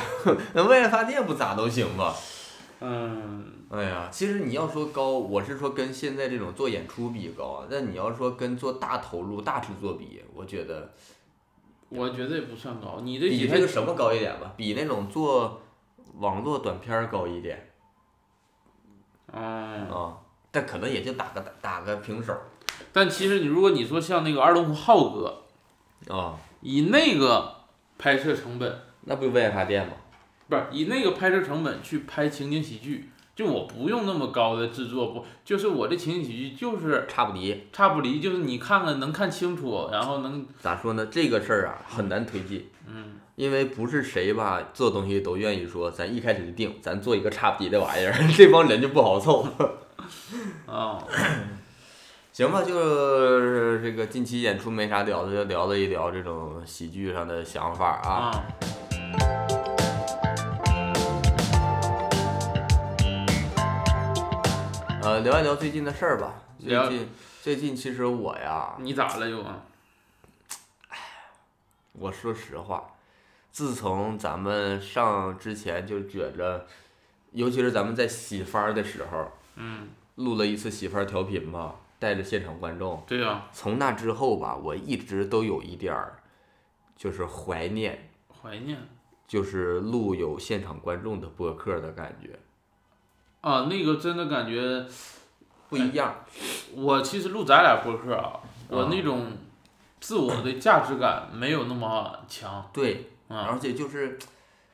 那为爱发电不咋都行吗？
嗯，
哎呀，其实你要说高，我是说跟现在这种做演出比高啊，但你要说跟做大投入、大制作比，我觉得
我觉得也不算高，你这
比
几
这个
个
什么高一点吧，比那种做网络短片儿高一点啊、
嗯，
但可能也就打个打打个平手啊、
但其实你如果你说像那个二龙湖浩哥，
啊
以那个拍摄成本，
那不就为爱发电吗？
不是以那个拍摄成本去拍情景喜剧，就我不用那么高的制作，不就是我这情景喜剧就是
差不离，
差不离，就是你看看能看清楚，然后能
咋说呢？这个事儿啊很难推进，
嗯，
因为不是谁吧做东西都愿意说，咱一开始就定，咱做一个差不离的玩意儿， *laughs* 这帮人就不好凑。
啊、
行吧，就是这个近期演出没啥聊的，就聊了一聊这种喜剧上的想法啊。
啊，
呃，聊一聊最近的事儿吧。最
聊
近最近其实我呀，
你咋了又啊？
我说实话，自从咱们上之前就觉着，尤其是咱们在喜番儿的时候，
嗯，
录了一次喜番儿调频吧，带着现场观众。
对啊呀、
从那之后吧，我一直都有一点儿，就是怀念，
怀念
就是录有现场观众的播客的感觉，
啊，那个真的感觉，
不一样。
我其实录咱俩播客啊，我
啊
那种自我的价值感没有那么强
对，
啊，
而且就是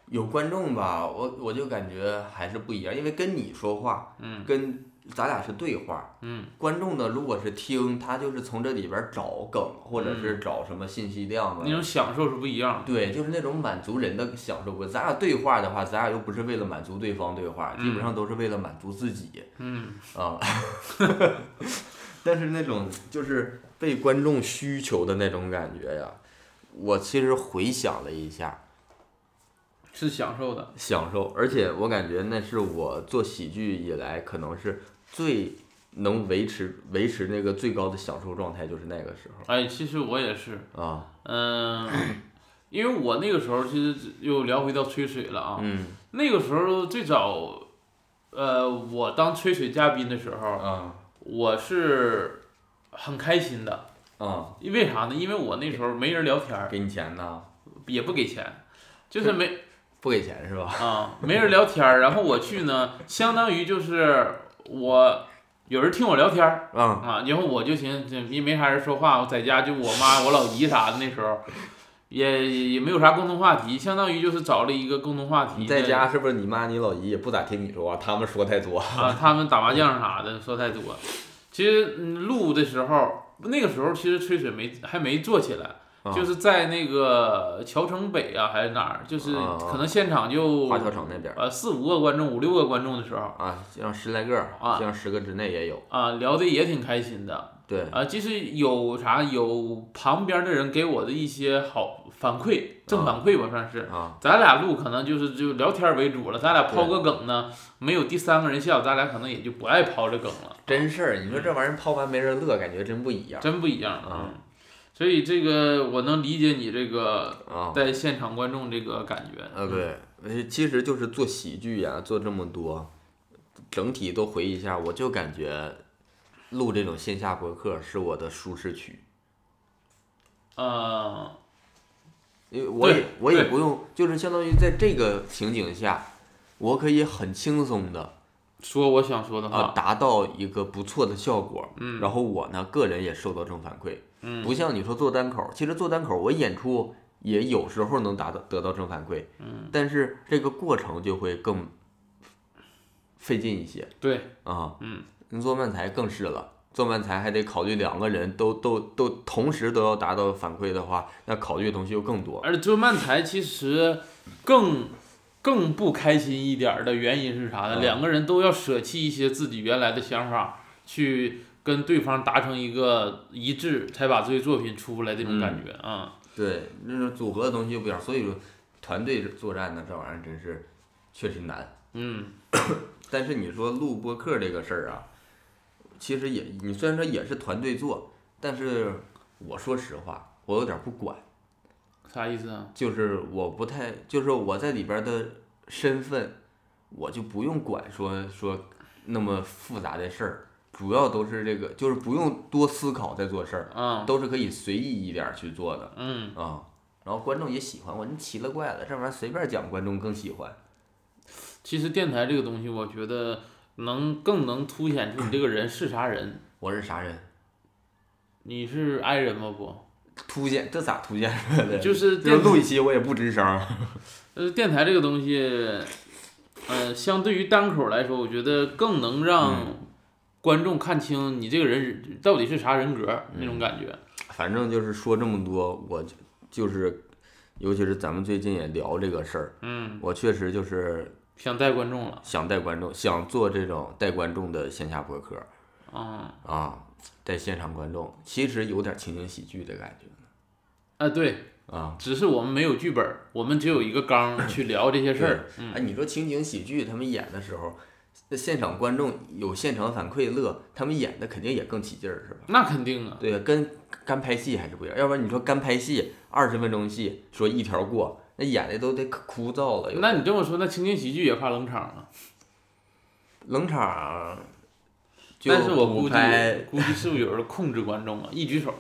有观众吧，我我就感觉还是不一样，因为跟你说话，
嗯
跟咱俩是对话，
嗯，
观众呢如果是听，他就是从这里边儿找梗，或者
嗯
是找什么信息量啊。
那种享受是不一样的，
对，就是那种满足人的享受。不，咱俩对话的话，咱俩又不是为了满足对方对话，基本上都是为了满足自己
嗯
啊。 *laughs* 但是那种就是被观众需求的那种感觉呀，我其实回想了一下，
是享受的，
享受，而且我感觉那是我做喜剧以来可能是最能维持维持那个最高的享受状态，就是那个时
哎，其实我也是，
候啊，
嗯， *coughs* 因为我那个时候其实又聊回到吹水了啊，
嗯
那个时候最早，呃，我当吹水嘉宾的时候，
啊
我是很开心的，
啊，
因为啥呢？因为我那时候没人聊天儿，
给你钱呐？
也不给钱，就是
*laughs*
没
不给钱是吧？
啊、没人聊天儿。然后我去呢，相当于就是我有人听我聊天儿
啊，
啊，然后我就寻思这也没啥人说话，我在家就我妈、我老姨啥的，那时候也也没有啥共同话题，相当于就是找了一个共同话题。
你在家是不是你妈你老姨也不咋听你说话？他们说太多。
啊，他们打麻将啥的说太多。其实嗯录的时候，那个时候其实吹水没还没做起来，
啊
就是在那个桥城北啊还是哪儿，就是
啊啊
可能现场就
华侨城那边儿
呃四五个观众、五六个观众的时候
啊，就让十来个儿，
啊
就让十个之内也有。
啊，聊的也挺开心的
对，
啊。就是有啥有旁边的人给我的一些好反馈，正反馈吧算是。
啊，
咱俩录可能就是就聊天为主了，咱俩抛个梗呢，没有第三个人笑，咱俩可能也就不爱抛这梗了。
真事儿。你说这玩意儿抛完没人乐，感觉真不一样
真不一样
啊！
嗯所以这个我能理解你这个
啊。
在现场观众这个感觉。
呃，对，呃其实就是做喜剧呀、做这么多，整体都回忆一下，我就感觉录这种线下博客是我的舒适区，
呃，
因为我也
对
我也
对
不用，就是相当于在这个情景下，我可以很轻松的
说我想说的
啊
话，
达到一个不错的效果，
嗯
然后我呢个人也受到正反馈，
嗯
不像你说做单口，其实做单口我演出也有时候能达到得到正反馈，
嗯，
但是这个过程就会更费劲一些。
对，
啊，
嗯，
你做漫才更是了，做漫才还得考虑两个人都都都同时都要达到反馈的话，那考虑的东西又更多。
而做漫才其实更更不开心一点儿的原因是啥呢？
嗯
两个人都要舍弃一些自己原来的想法，去跟对方达成一个一致，才把自己作品出来这种
嗯
感觉啊。
对，那种组合的东西又不一样，所以说团队作战呢，这玩意儿真是确实难。
嗯，
但是你说录播客这个事儿啊，其实也你虽然说也是团队做，但是我说实话，我有点不管，
啥意思啊？
就是我不太，就是我在里边的身份，我就不用管说说那么复杂的事儿，主要都是这个，就是不用多思考在做事儿，
嗯
都是可以随意一点儿去做的
嗯，
啊、然后观众也喜欢我，你奇了怪了，这玩意儿随便讲，观众更喜欢。
其实电台这个东西，我觉得能更能凸显出你这个人是啥人。
我是啥人？
你是 i 人吗？不，
凸显这咋凸显出来的？
就是
就是
电
录一期我也不吱声儿。
呃电台这个东西，呃，相对于单口来说，我觉得更能
嗯
让观众看清你这个人到底是啥人格儿
嗯
那种感觉。
反正就是说这么多，我就就是，尤其是咱们最近也聊这个事儿，
嗯，
我确实就是
想带观众了，
想带观众，想做这种带观众的线下播客
啊、
啊，带现场观众，其实有点情景喜剧的感觉
啊，对，
啊。
只是我们没有剧本儿，我们只有一个纲儿去聊这些事儿。嗯
哎，你说情景喜剧他们演的时候，那现场观众有现场反馈乐，他们演的肯定也更起劲儿，是吧？
那肯定啊，
对呀，跟干拍戏还是不一样。要不然你说干拍戏二十分钟戏，说一条过，那演的都得可枯燥了。有
那你这么说，那情景喜剧也怕冷场啊。
冷场儿就
但是我
补
估计
拍
估计是不是有人控制观众啊？一举 *laughs* 手，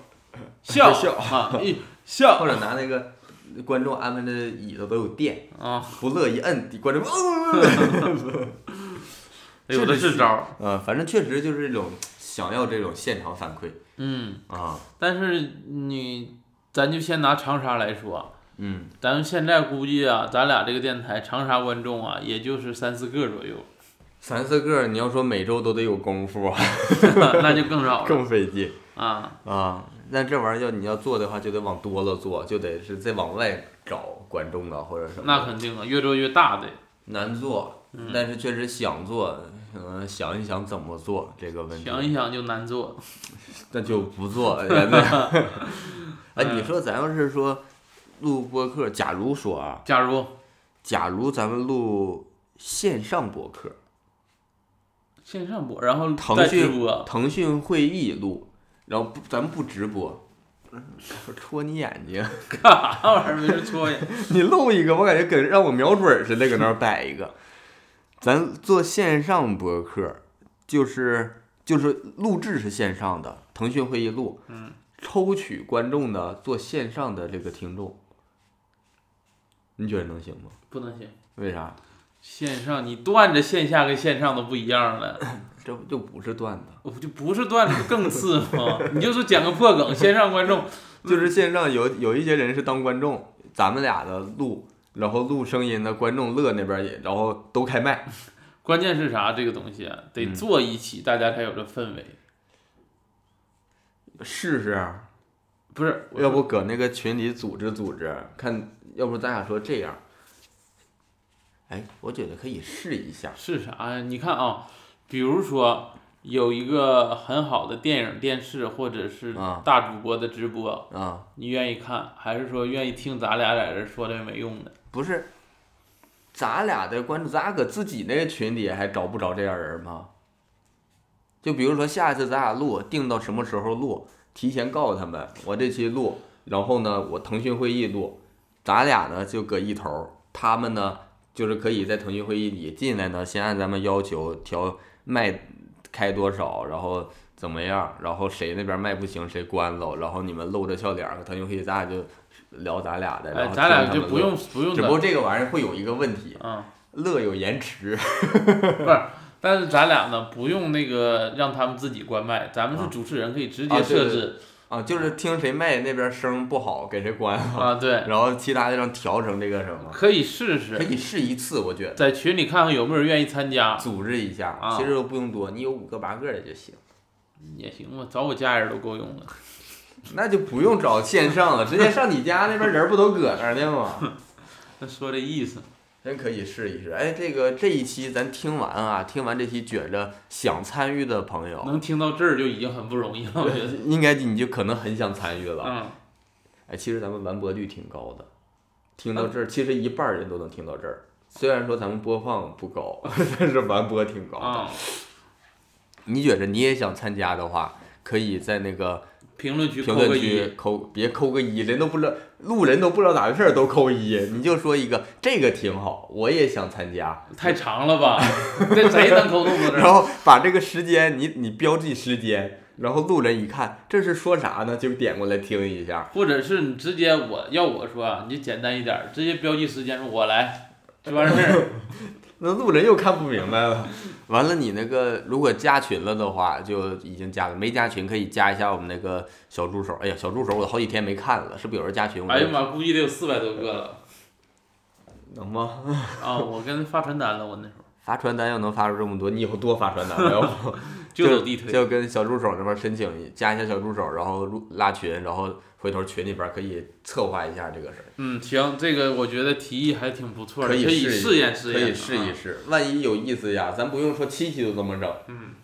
笑
笑啊，一笑 *laughs*
或者拿那个观众安排的椅子都有电，
啊，
不乐意摁，观众哦
有的哎是招儿。
呃，反正确实就是这种想要这种现场反馈
嗯，
啊，
但是你，咱就先拿长沙来说，
嗯，
咱们现在估计啊，咱俩这个电台长沙观众啊，也就是三四个左右， *laughs*
三四个你要说每周都得有功夫，啊
那就更 *laughs* 少了
*laughs* 更费劲
啊。
啊。那这玩意儿要你要做的话，就得往多了做，就得是再往外找观众啊或者什么的。
那肯定啊，越做越大的。
难做，
嗯
但是确实想做，嗯、想一想怎么做这个问题，
想一想就难做，
那就
*laughs*
不做人家。哎，
嗯
你说咱要是说录播客，假如说啊，
假如
假如咱们录线上播客，
线上播，然后
腾
再直
讯
播， *laughs*
腾讯会议录，然后不，咱们不直播。我戳你眼睛，
干啥玩意儿？没事戳呀。
*laughs* 你露一个，我感觉跟让我瞄准儿似的，搁那儿摆一个。咱做线上播客，就是就是录制是线上的，腾讯会议录，
嗯，
抽取观众的做线上的这个听众，你觉得能行吗？
不能行。
为啥？
线上你断着线下跟线上都不一样了，
这不就不是段子，
我就不是段子更次吗？你就是捡个破梗，线上观众
就是线上有有一些人是当观众，咱们俩的录，然后录声音的观众乐那边也，然后都开麦，
关键是啥？这个东西啊，得
嗯
坐一起，大家才有这氛围。
试试啊。
不是，我
要不搁那个群里组织组织，看，要不咱俩说这样，哎，我觉得可以试一下，
是啥呀？你看啊，比如说有一个很好的电影、电视或者是
啊
大主播的直播，
啊，
你愿意看，还是说愿意听咱俩在这儿说这没用的？
不是，咱俩的关注，咱俩搁自己那个群里还找不着这样人吗？就比如说下一次咱俩录，定到什么时候录，提前告诉他们，我这期录，然后呢，我腾讯会议录，咱俩呢就搁一头儿，他们呢就是可以在腾讯会议里进来呢，先按咱们要求调麦开多少，然后怎么样，然后谁那边麦不行谁关了，然后你们露着笑脸儿，腾讯会议咱俩就聊咱俩的，然
哎，
后
咱
听
俩
他
就
们
不
乐
用不用
只不过
的，
这个玩意儿会有一个问题，
嗯，
乐有延迟。
不是。但是咱俩呢，不用那个让他们自己关麦，咱们是
啊
主持人，可以直接
啊对
设
对
置
啊，就是听谁麦那边声不好给谁关了，
啊，对，
然后其他的让调成这个什么，
可以试
可
试，
以试一次，我觉得
在群里看看有没有人愿意参加
组织一下，
啊
其实不用多，你有五个八个的就行，
也行吧，找我家人都够用了。
那就不用找线上了，直接上你家那边人不都搁那儿呢吗？
那说这意思，
真可以试一试。哎，这个这一期咱听完啊，听完这期觉着想参与的朋友，
能听到这儿就已经很不容易了，我觉得。
应该你就可能很想参与了。
嗯，
哎，其实咱们完播率挺高的，听到这儿，其实一半儿人都能听到 *laughs*
嗯
这儿。虽然说咱们播放不高，但是完播挺高的。
啊，
你觉着你也想参加的话，可以在那个
评论区
评
扣个
论
一
区，扣，别扣个一，人都不知道，路人都不知道咋回事儿都扣一，你就说一个这个挺好，我也想参加，
太长了吧？这谁能扣动的？
然后把这个时间你你标记时间，然后路人一看这是说啥呢，就点过来听一下，
*laughs* 或者是你直接我要我说啊，你就简单一点儿，直接标记时间，说我来就完事
*laughs*
儿。
那路人又看不明白了。 *laughs* 完了，你那个如果加群了的话，就已经加了；没加群可以加一下我们那个小助手。哎呀，小助手我好几天没看了，是不是有人加群？我
哎呀妈，估计得有四百多个了
能吗？
啊！我跟发传单了，我那
*laughs*
时候
发传单要能发出这么多，你以后多发传单吧，要不
就走地推。
*laughs* 就 *laughs* 跟小助手那边申请一加一下小助手，然后入拉群，然后回头群里边可以策划一下这个事儿，
嗯，行，这个我觉得提议还挺不错的，可
以
以
试
验试
可
验，啊
以试一。试，万一有意思呀，咱不用说七期都这么整，
嗯，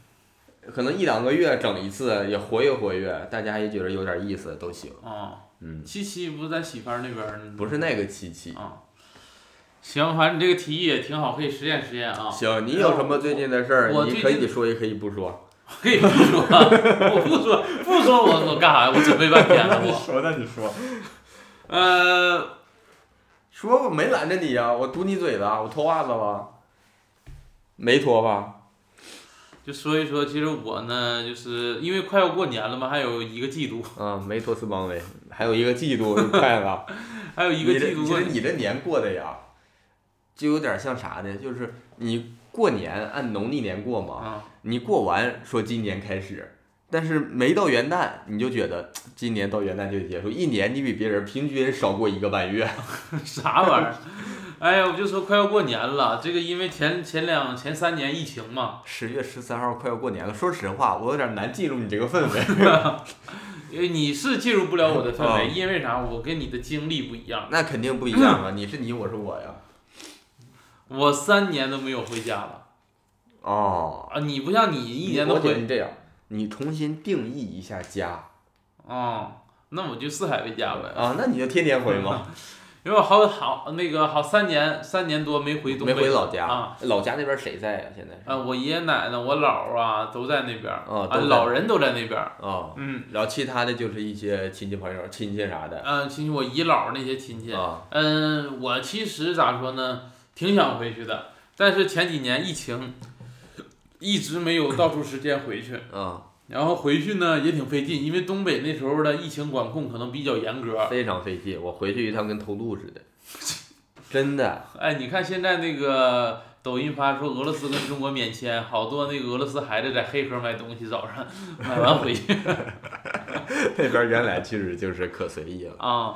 可能一两个月整一次，也活跃活跃，大家也觉得有点意思都行，
啊，
嗯，
七七不是在喜番那边儿呢？
不是那个七期。
啊。行，反正你这个提议也挺好，可以实验实验啊。 *laughs*
行，你有什么最近的事儿
我，
你
最
可
近
以说也可以不说。
可以不说，我不说，不说我我干啥呀？我准备半天了我。
说，那 *laughs* 你说，
呃，
说我没拦着你呀、我堵你嘴了，我脱袜子了，没脱吧？
就说一说，其实我呢，就是因为快要过年了嘛，还有一个季度，
嗯，没脱四邦威，还有一个季度就快 *laughs* 了。
还有一个季度
你
过
这你这你这年过的呀，就有点像啥呢？就是你过年按农历年过嘛，
啊，
你过完说今年开始，但是没到元旦你就觉得今年到元旦就结束，一年你比别人平均少过一个半月。
啥玩意儿？哎呀，我就说快要过年了，这个因为前前两前三年疫情嘛， *laughs*
十月十三号快要过年了，说实话，我有点难进入你这个氛围。 *laughs*
呃，你是进入不了我的氛围，
啊
因为啥？我跟你的经历不一样，
那肯定不一样啊，你是你，我是我呀。
我三年都没有回家了
哦，
啊！你不像你一年都
我觉得
回，
你这样，你重新定义一下家
啊、那我就四海为家嗯呗。
啊，那你就天天回嘛，
因为我好好那个好三年三年多没回东
没
北，
回老家。
啊。
老家那边谁在呀、现在是
啊，我爷爷奶奶、我姥儿啊都在那边儿，
哦
啊
都在
老人都在那边儿，
哦，
嗯
然后其他的就是一些亲戚朋友、亲戚啥的
嗯，亲戚我姨姥儿那些亲戚，
啊。
嗯，我其实咋说呢，挺想回去的，但是前几年疫情，一直没有到出时间回去，
嗯，
然后回去呢也挺费劲，因为东北那时候的疫情管控可能比较严格，
非常费劲，我回去一趟跟偷渡似的， *laughs* 真的。
*laughs* 哎，你看现在那个抖音发说俄罗斯跟中国免签，好多那个俄罗斯孩子在黑河买东西，早
*laughs*
上买完回去
那边原来其实就是可随意了。
啊。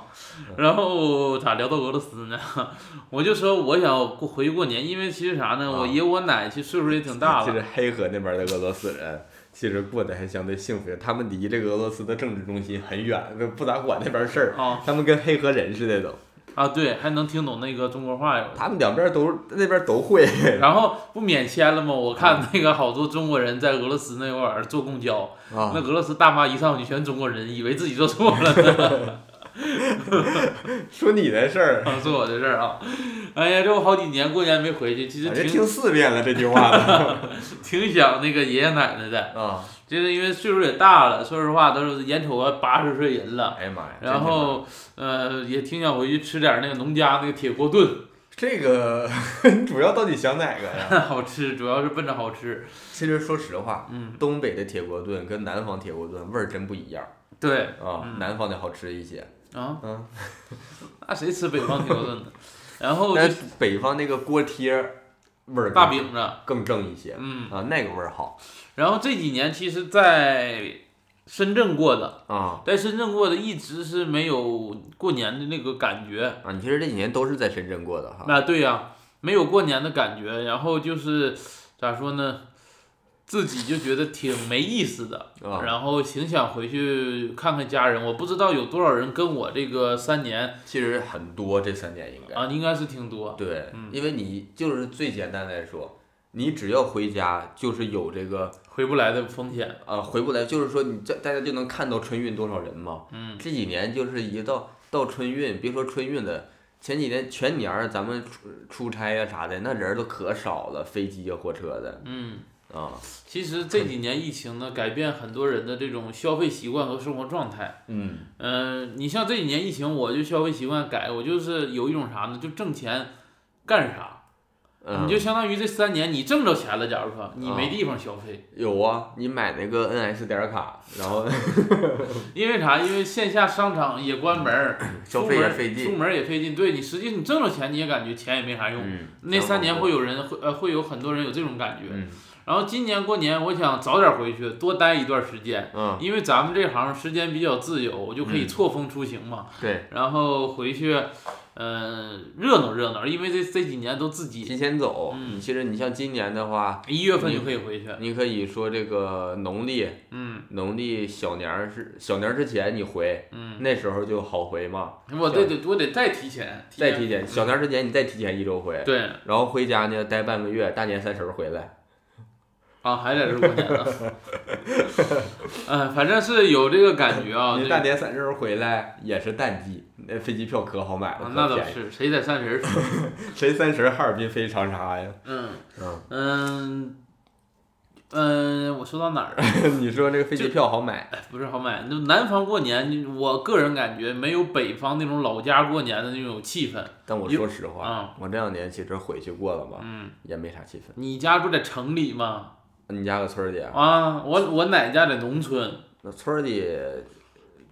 嗯
*laughs* 然后咋聊到俄罗斯呢？ *laughs* 我就说我想过回去过年，因为其实啥呢，我
啊
爷我奶其实岁数也挺大
其实
了，
黑河那边的俄罗斯人，其实过得还相对幸福，他们离这个俄罗斯的政治中心很远，不不咋管那边事儿。
啊
他们跟黑河人似的都，
啊对，还能听懂那个中国话有的。
他们两边都那边都会。
然后不免签了吗？我看那个好多中国人在俄罗斯那块儿坐公交，
*laughs*
那
嗯啊，
俄罗斯大妈一上去全中国人，以为自己坐错了呢。
说你的事
*laughs*
儿，
啊，做我的事儿啊！哎呀，这我好几年过年没回去，其实
我这
挺
听四遍了这句话了。
挺想那个爷爷奶奶的，
*laughs* 啊，
就是因为岁数也大了，说实话都是眼瞅啊八十岁人了，
哎呀妈呀！真挺
然后呃也挺想回去吃点那个农家那个铁锅炖， *laughs*
这个 *laughs* 你主要到底想哪个呀？
好吃，主要是奔着好吃。
其实说实话，
嗯，
东北的铁锅炖跟南方铁锅炖味儿真不一样
对
啊，
嗯
南方的好吃一些。
啊，
嗯，
那谁吃北方铁锅炖呢？然后就
但是北方 *laughs* 那个锅贴儿味儿
大
更
饼子，
更正一些
嗯，
啊，那个味儿好
然后这几年其实在深圳过的，
啊
在深圳过的一直是没有过年的那个感觉。
啊！你其实这几年都是在深圳过的哈，
啊，对呀、没有过年的感觉，然后就是咋说呢，自己就觉得挺没意思的，
啊
然后挺想回去看看家人。我不知道有多少人跟我这个三年
其实很多这三年应该
啊，应该是挺多。
对
嗯，
因为你就是最简单来说，你只要回家就是有这个
回不来的风险，
啊，回不来，就是说你这大家就能看到春运多少人嘛。
嗯，
这几年就是一到到春运，别说春运了，前几年全年儿咱们出出差呀、啥的，那人儿都可少了，飞机呀、火车的
嗯，
啊，
其实这几年疫情呢，改变很多人的这种消费习惯和生活状态。
嗯
嗯、你像这几年疫情，我就消费习惯改，我就是有一种啥呢，就挣钱干啥。
嗯
你就相当于这三年你挣着钱了，假如说你
啊
没地方消费，
有啊，你买那个 NS 点儿卡，然后
哎因为啥？因为线下商场也关门儿，
嗯消
出
费也
门儿
费
出
劲，
门儿也费劲。对你实际你挣着钱，你也感觉钱也没啥用。
嗯，
那
然后
三年会有人会呃会有很多人有这种感觉。
嗯
然后今年过年，我想早点回去，多待一段时间，
嗯，
因为咱们这行时间比较自由，我就可以
嗯
错峰出行嘛。
对，
然后回去，嗯、热闹热闹，因为这这几年都自己
提前走。
嗯
其实你像今年的话，
一月份就可以回去。
你可以说这个农历
嗯
农历小年儿是小年儿之前你回，
嗯，
那时候就好回嘛。
我得得我得再提前，
嗯
嗯
再提前小年儿之前你再提前一周回，
对
然后回家呢待半个月，大年三十儿回来。
啊，还在这儿过年呢。 *laughs* 哎，反正是有这个感觉啊。
你
这
大
个
年三十儿回来也是淡季，那飞机票可好买了，
啊
可
那倒
便宜。
是，谁在三十
*laughs*
儿？
谁三十儿哈尔滨飞长沙呀？
嗯
嗯，
嗯嗯，我说到哪儿了？
*laughs*
*laughs*
你说这个飞机票好买？
不是好买。那南方过年，我个人感觉没有北方那种老家过年的那种气氛。
但我
有
说实话，
啊
我这两年其实回去过了嘛，
嗯，
也没啥气氛。
你家不在城里吗？
你家搁村儿里，
啊，我我奶家在农村，
那村儿里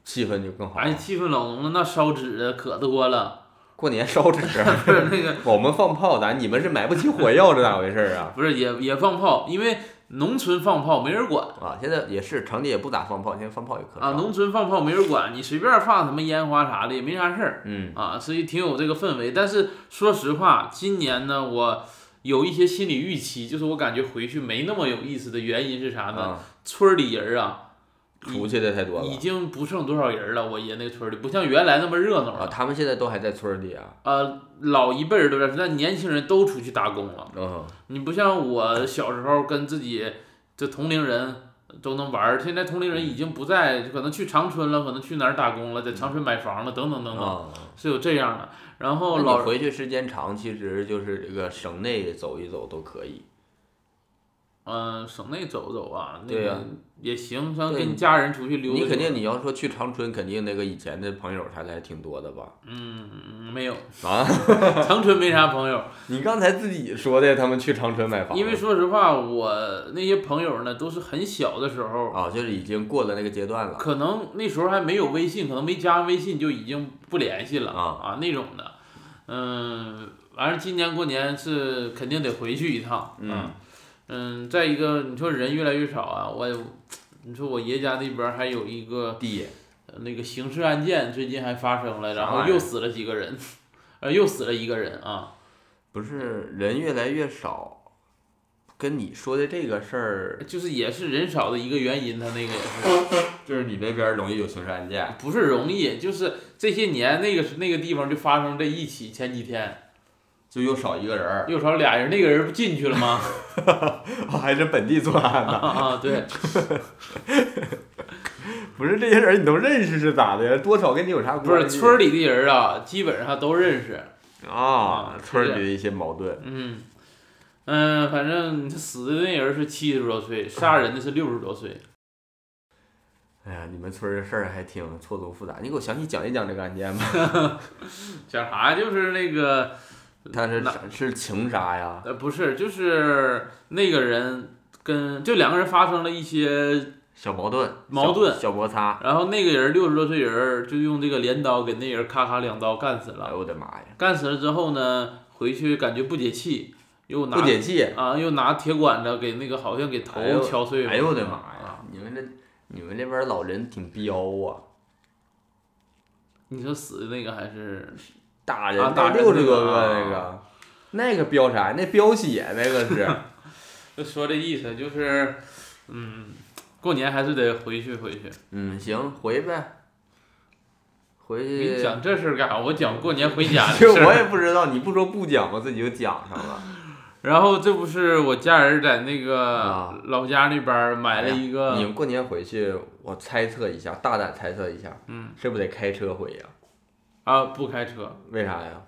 气氛就更好。
哎，气氛老浓了，那烧纸的可多了。 *laughs*
过年烧纸，
不是那个，
我们放炮咱你们是买不起火药，这咋回事儿啊？
不是也也放炮，因为农村放炮没人管
啊，现在也是城里也不咋放炮，现在放炮也可少
啊，农村放炮没人管，你随便放什么烟花啥的也没啥事儿。
嗯
啊，所以挺有这个氛围。但是说实话，今年呢，我有一些心理预期，就是我感觉回去没那么有意思的原因是啥呢？
啊，
村儿里人儿啊，
出去的太多
已
了
经不剩多少人了。我爷那个村儿里不像原来那么热闹
啊，
了。
他们现在都还在村儿里啊。
呃，老一辈儿都在，但年轻人都出去打工了。
嗯，
你不像我小时候跟自己这同龄人都能玩儿，现在同龄人已经不在，可能去长春了，可能去哪儿打工了，在长春买房了，等等等等，
啊，
是有这样的。然
那
后
你
嗯老
回去时间长，其实就是这个省内走一走都可以。
嗯，省内走走啊，那
对呀
个也行，像
对
跟
你
家人出去溜达。
你肯定，你要说去长春，肯定那个以前的朋友啥的还挺多的吧？
嗯没有，
啊， *laughs*
长春没啥朋友，
你刚才自己说的，他们去长春买房，
因为说实话，我那些朋友呢，都是很小的时候，
啊，就是已经过了那个阶段了。
可能那时候还没有微信，可能没加微信就已经不联系了
啊
啊那种的。嗯，完了，今年过年是肯定得回去一趟。啊
嗯
嗯，再一个，你说人越来越少啊，我也，你说我爷家那边儿还有一个。呃
弟，
那个刑事案件最近还发生了，
啥
然后
玩意儿
又死了几个人， *laughs* 呃，又死了一个人啊。
不是人越来越少，跟你说的这个事儿，
就是也是人少的一个原因，他那个也是
就是你那边容易有刑事案件。
不是容易，就是这些年那个是那个地方就发生这一起，前几天
就又少一个人儿，
又少俩人，那个人不进去了吗？
哦还是本地作案
啊
呢？ *laughs*
啊，对，
不是这些人你都认识是咋的呀？多少跟你有啥关系？
不是村儿里的人啊，基本上都认识。
啊
啊，
村儿
是
里的一些矛盾，
嗯嗯、反正死的那人是七十多岁，杀人的是六十多岁。 *laughs*
哎呀，你们村儿的事儿还挺错综复杂。你给我详细讲一讲这个案件吧。 *laughs*
讲啥？就是那个
他是
那
啥是情杀呀？
呃，不是，就是那个人跟就两个人发生了一些，
小矛盾，
矛盾
小小摩擦。
然后那个人六十多岁人儿就用这个镰刀给那人咔咔两刀干死
哎
了。
呦我的妈呀！
干死了之后呢，回去感觉不解气，又拿
不解气。
啊，又拿铁管子给那个好像给头
哎呦
敲碎了。
哎呦我的妈
啊
呀！你们这你们这边老人挺彪啊，
你说死的那个还是
大人
啊大人
六十多个
那
那
个
个，那个彪啥？那飙血那
*laughs*
个是
就说这意思，就是嗯，过年还是得回去回去。
嗯，行，回呗，回
你
去。 *laughs*
讲这事儿干啥？我讲过年回家的
就
事
呃我
儿。
也不知道，你不说不讲，我自己就讲上了。
然后这不是我家人在那个
啊哎
老家那边儿买了一个，
你们过年回去，我猜测一下，大胆猜测一下，
嗯
是不是得开车回呀？
啊，不开车，
为啥呀？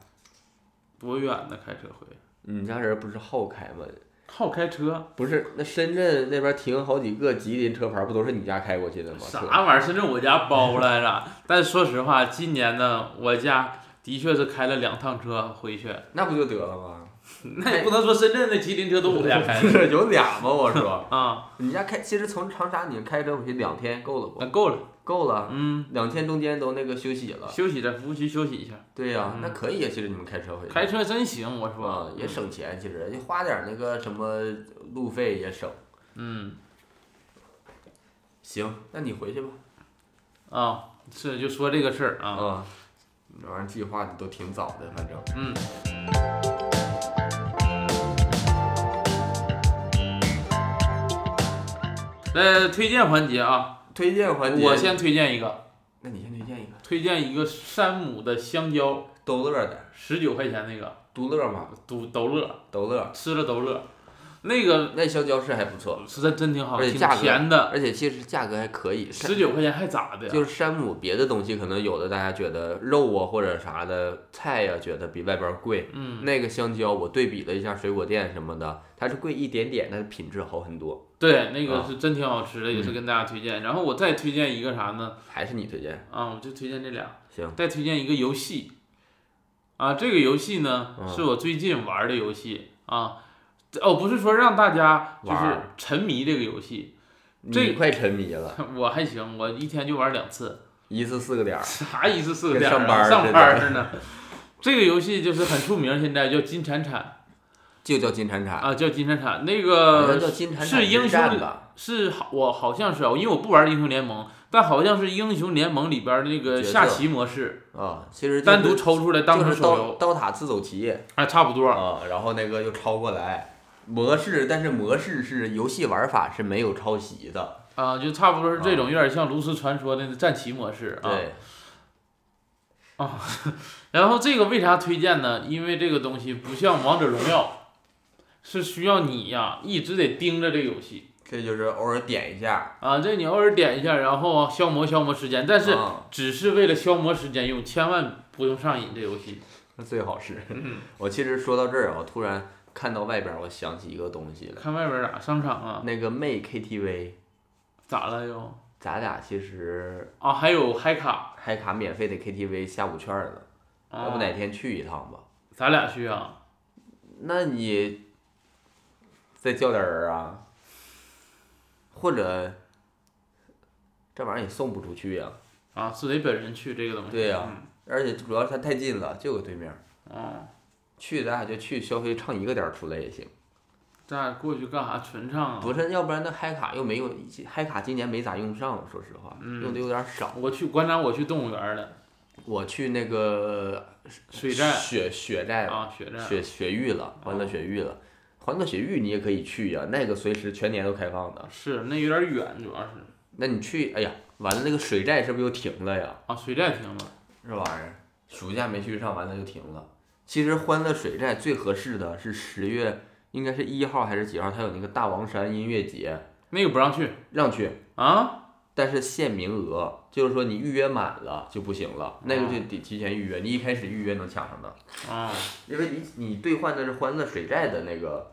多远呢？开车回？
你家人不是好开吗？
好开车，
不是，那深圳那边停好几个吉林车牌，不都是你家开过去的吗？
啥
车
玩意儿？深圳我家包来着。 *laughs* 但说实话，今年呢，我家的确是开了两趟车回去。
那不就得了吗？
*laughs* 那也不能说深圳的吉林车都我家开
不 *laughs*
的
是有俩吗？我说， *laughs*
啊，
你家开，其实从长沙你开车回去两天够了不
那？够了。
够了，
嗯，
两天中间都那个休息了。
休息在服务区休息一下。
对呀、
嗯
那可以呀、其实你们开车回去，
开车真行，我说
啊、也。省钱，其实也花点那个什么路费也省。
嗯
行，那你回去吧。
啊，是就说这个事儿啊。
啊、这玩意儿计划的都挺早的，反正。
嗯，来推荐环节啊，
推荐环节，
我，先推荐一个，
那你先推荐一个，
推荐一个山姆的香蕉，
逗乐的，
十九块钱那个，
嘟乐嘛，
都都乐，
逗乐。
吃了都乐，那个
那香蕉是还不错，
是真真挺好，
而且
挺
价格
甜的，
而且其实价格还可以。
十九块钱还咋的？
就是山姆别的东西，可能有的大家觉得肉啊或者啥的菜呀、觉得比外边儿贵。
嗯，
那个香蕉我对比了一下水果店什么的，它是贵一点点，但是品质好很多。
对，那个
啊
是真挺好吃的，也是
嗯
跟大家推荐。然后我再推荐一个啥呢？
还是你推荐？
啊，我就推荐这俩。
行，
再推荐一个游戏，啊，这个游戏呢、
嗯
是我最近玩的游戏啊，哦，不是说让大家就
玩
是
儿
沉迷这个游戏， *laughs* 这
你快沉迷了，
我还行，我一天就玩两次，
一次四个点儿。
啥一次四个
跟
点儿啊
上班儿
上
似
班儿
的
呢。这个游戏就是很出名，现在叫金铲铲
就叫金铲铲，
啊，叫金铲铲。那
好像
个
叫金铲
呃是
铲
英雄
之战
里
吧？
是好，我好像是啊，因为我不玩英雄联盟，但好像是英雄联盟里边儿那个
角
下
色
棋模式，
啊，其实
单独
抽
抽出来当
就
成
是
手
刀
游，
刀塔自走棋
哎，差不多。
啊，然后那个又抄过来模式，但是模式是游戏玩法是没有抄袭的，
啊，就差不多是这种，有点像炉石传说的战棋模式啊。
对，
然后这个为啥推荐呢？因为这个东西不像王者荣耀，是需要你呀、一直得盯着这个游戏
这就是偶尔点一下，
啊。这你偶尔点一下，然后消磨消磨时间，但是
啊
只是为了消磨时间用，千万不用上瘾这游戏。
那最好是。
嗯
*laughs* 我其实说到这儿啊，我突然看到外边儿，我想起一个东西来，
看外边儿咋商场啊，
那个妹 KTV，
咋了又？
咱俩其实
啊，还有嗨卡，
还卡免费的 KTV 下午券呢，
啊、
要不哪天去一趟吧？
咱俩去啊？
那你再叫点人啊，或者这玩意儿也送不出去呀、
啊，是得本人去这个东西。
对呀
嗯
而且主要是它太近了，就搁对面儿。
哦，
去咱俩就去消费，唱一个点儿出来也行。
咱俩过去干啥？纯唱啊？
不是，要不然那嗨卡又没用，嗨卡今年没咋用上，说实话，
嗯
用的有点少。
我去馆长，我去动物园了，
我去那个
水寨
雪雪寨哦了，
啊，雪寨
雪雪域了，欢乐雪域了。欢乐雪域你也可以去呀、那个随时全年都开放的。
啊是那有点远，主要是
那你去，哎呀，完了那个水寨是不是又停了呀？
啊，水寨停了，
这玩意儿暑假没去上，完了就停了。其实欢乐水寨最合适的是十月，应该是一号还是几号？它有那个大王山音乐节，
那个不让去
让去，
啊，
但是限名额，就是说你预约满了就不行了，那个就得提前预约。你一开始预约能抢上的，
啊，
因为你你兑换的是欢乐水寨的那个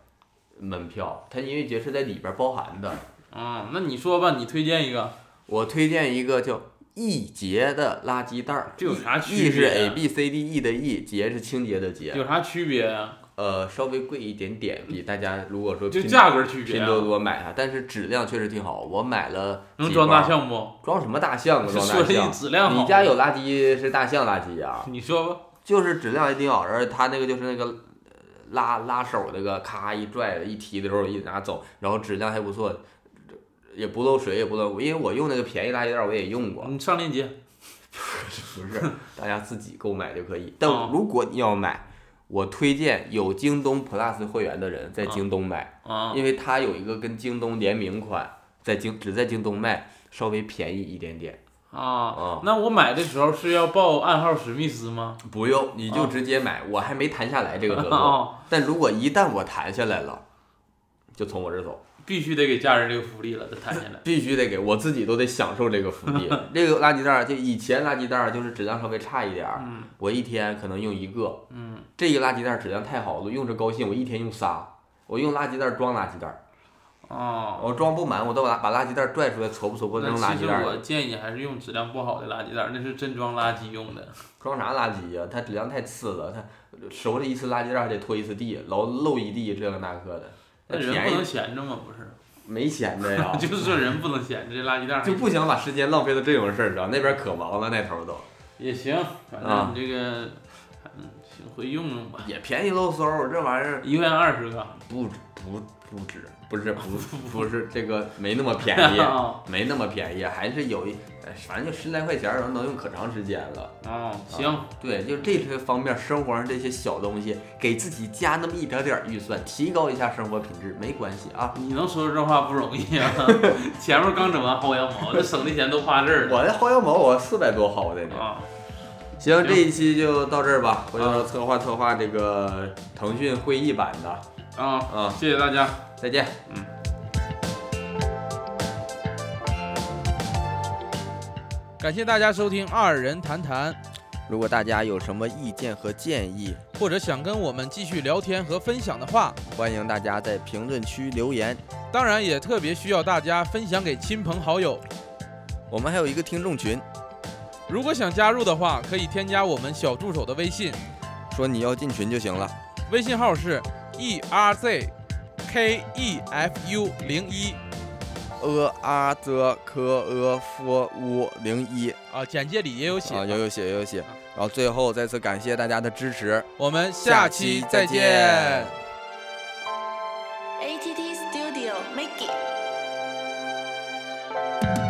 门票，它音乐节是在里边包含的。
啊，那你说吧，你推荐一个，
我推荐一个叫。易洁的垃圾袋儿，
这有啥区别啊
E 是 A B C D E 的 E，洁是清洁的洁。
有啥区别呀？
呃，稍微贵一点点，比大家如果说
就
拼
价格区别
拼
啊，
多多买它，但是质量确实挺好。我买了
能
几
装
包
大，象不？
装什么大象啊？
是 *laughs*
装
说
大
这
象？
质量好，
你家有垃圾是大象垃圾啊？
你说吧，
就是质量也挺好，而且它那个就是那个呃拉拉手那个，咔一拽一提的时候一拿走，然后质量还不错，也不漏水也不漏，因为我用那个便宜垃圾袋我也用过，
你上链接，
不是，大家自己购买就可以。但
哦
如果你要买，我推荐有京东 Plus 会员的人在
啊
京东买，
啊，
因为它有一个跟京东联名款，在京只在京东卖，稍微便宜一点点
啊。
啊、
那我买的时候是要报暗号史密斯吗？
不用，你就
啊
直接买，我还没谈下来这个合作。
啊，
但如果一旦我谈下来了，就从我这走，
必须得给家人这个福利了，再谈下来。
必须得给我自己都得享受这个福
*laughs*
利。这个垃圾袋儿就以前垃圾袋儿就是质量稍微差一点儿，
嗯
我一天可能用一个，
嗯，
这个垃圾袋质量太好了，用着高兴，我一天用仨。我用垃圾袋儿装垃圾袋儿，
哦，
我装不满，我都把把垃圾袋儿拽出来，搓不 *laughs* 搓不
那
扔垃
其
圾
实
袋
我
儿。
建议还是用质量不好的垃圾袋儿，那是真装垃圾用的。
装啥垃圾呀、它质量太次了，它收拾一次垃圾袋儿还得拖一次地，老漏一地这个那个的。
那人不
便
能
宜
闲着吗？不是，，
没闲着呀
*laughs* 就是说人不能闲着，这垃圾袋儿
就不想把时间浪费到这种事儿上。那边可忙了，那头儿都
也行，反正
啊
你这个，嗯，行回用用吧，
也便宜喽嗖儿，这玩意儿
一个人二十个。
不不不止，不是不 *laughs* 不是这个没那么 *laughs* 便 *laughs*
*laughs*
宜。
哦，
没那么便宜，还是有一，哎反正就十来块钱儿，能用可长时间了。
哦，行，
对，就这些方面，生活上这些小东西，给自己加那么一点点儿预算，提高一下生活品质，没关系啊。
你能说出这话不容易
*laughs*
啊！前面刚整完薅羊毛，这省的钱都花这儿了
我的薅羊毛，我四百多薅的呢。
啊。
行，啊这一期就到这儿吧，回头策划策划这个腾讯会议版的
啊，
啊。
谢谢大家。
再见。
感谢大家收听《二人谈谈》，
如果大家有什么意见和建议，
或者想跟我们继续聊天和分享的话，
欢迎大家在评论区留言。
当然也特别需要大家分享给亲朋好友。
我们还有一个听众群，
如果想加入的话，可以添加我们小助手的微信，
说你要进群就行了。
微信号是 e r z k e f u 零一
呃啊则科呃夫乌零一
啊，简介里也有写。
啊，有有写有有写。然后最后再次感谢大家的支持，
我们下期再见。
ATT Studio Make It。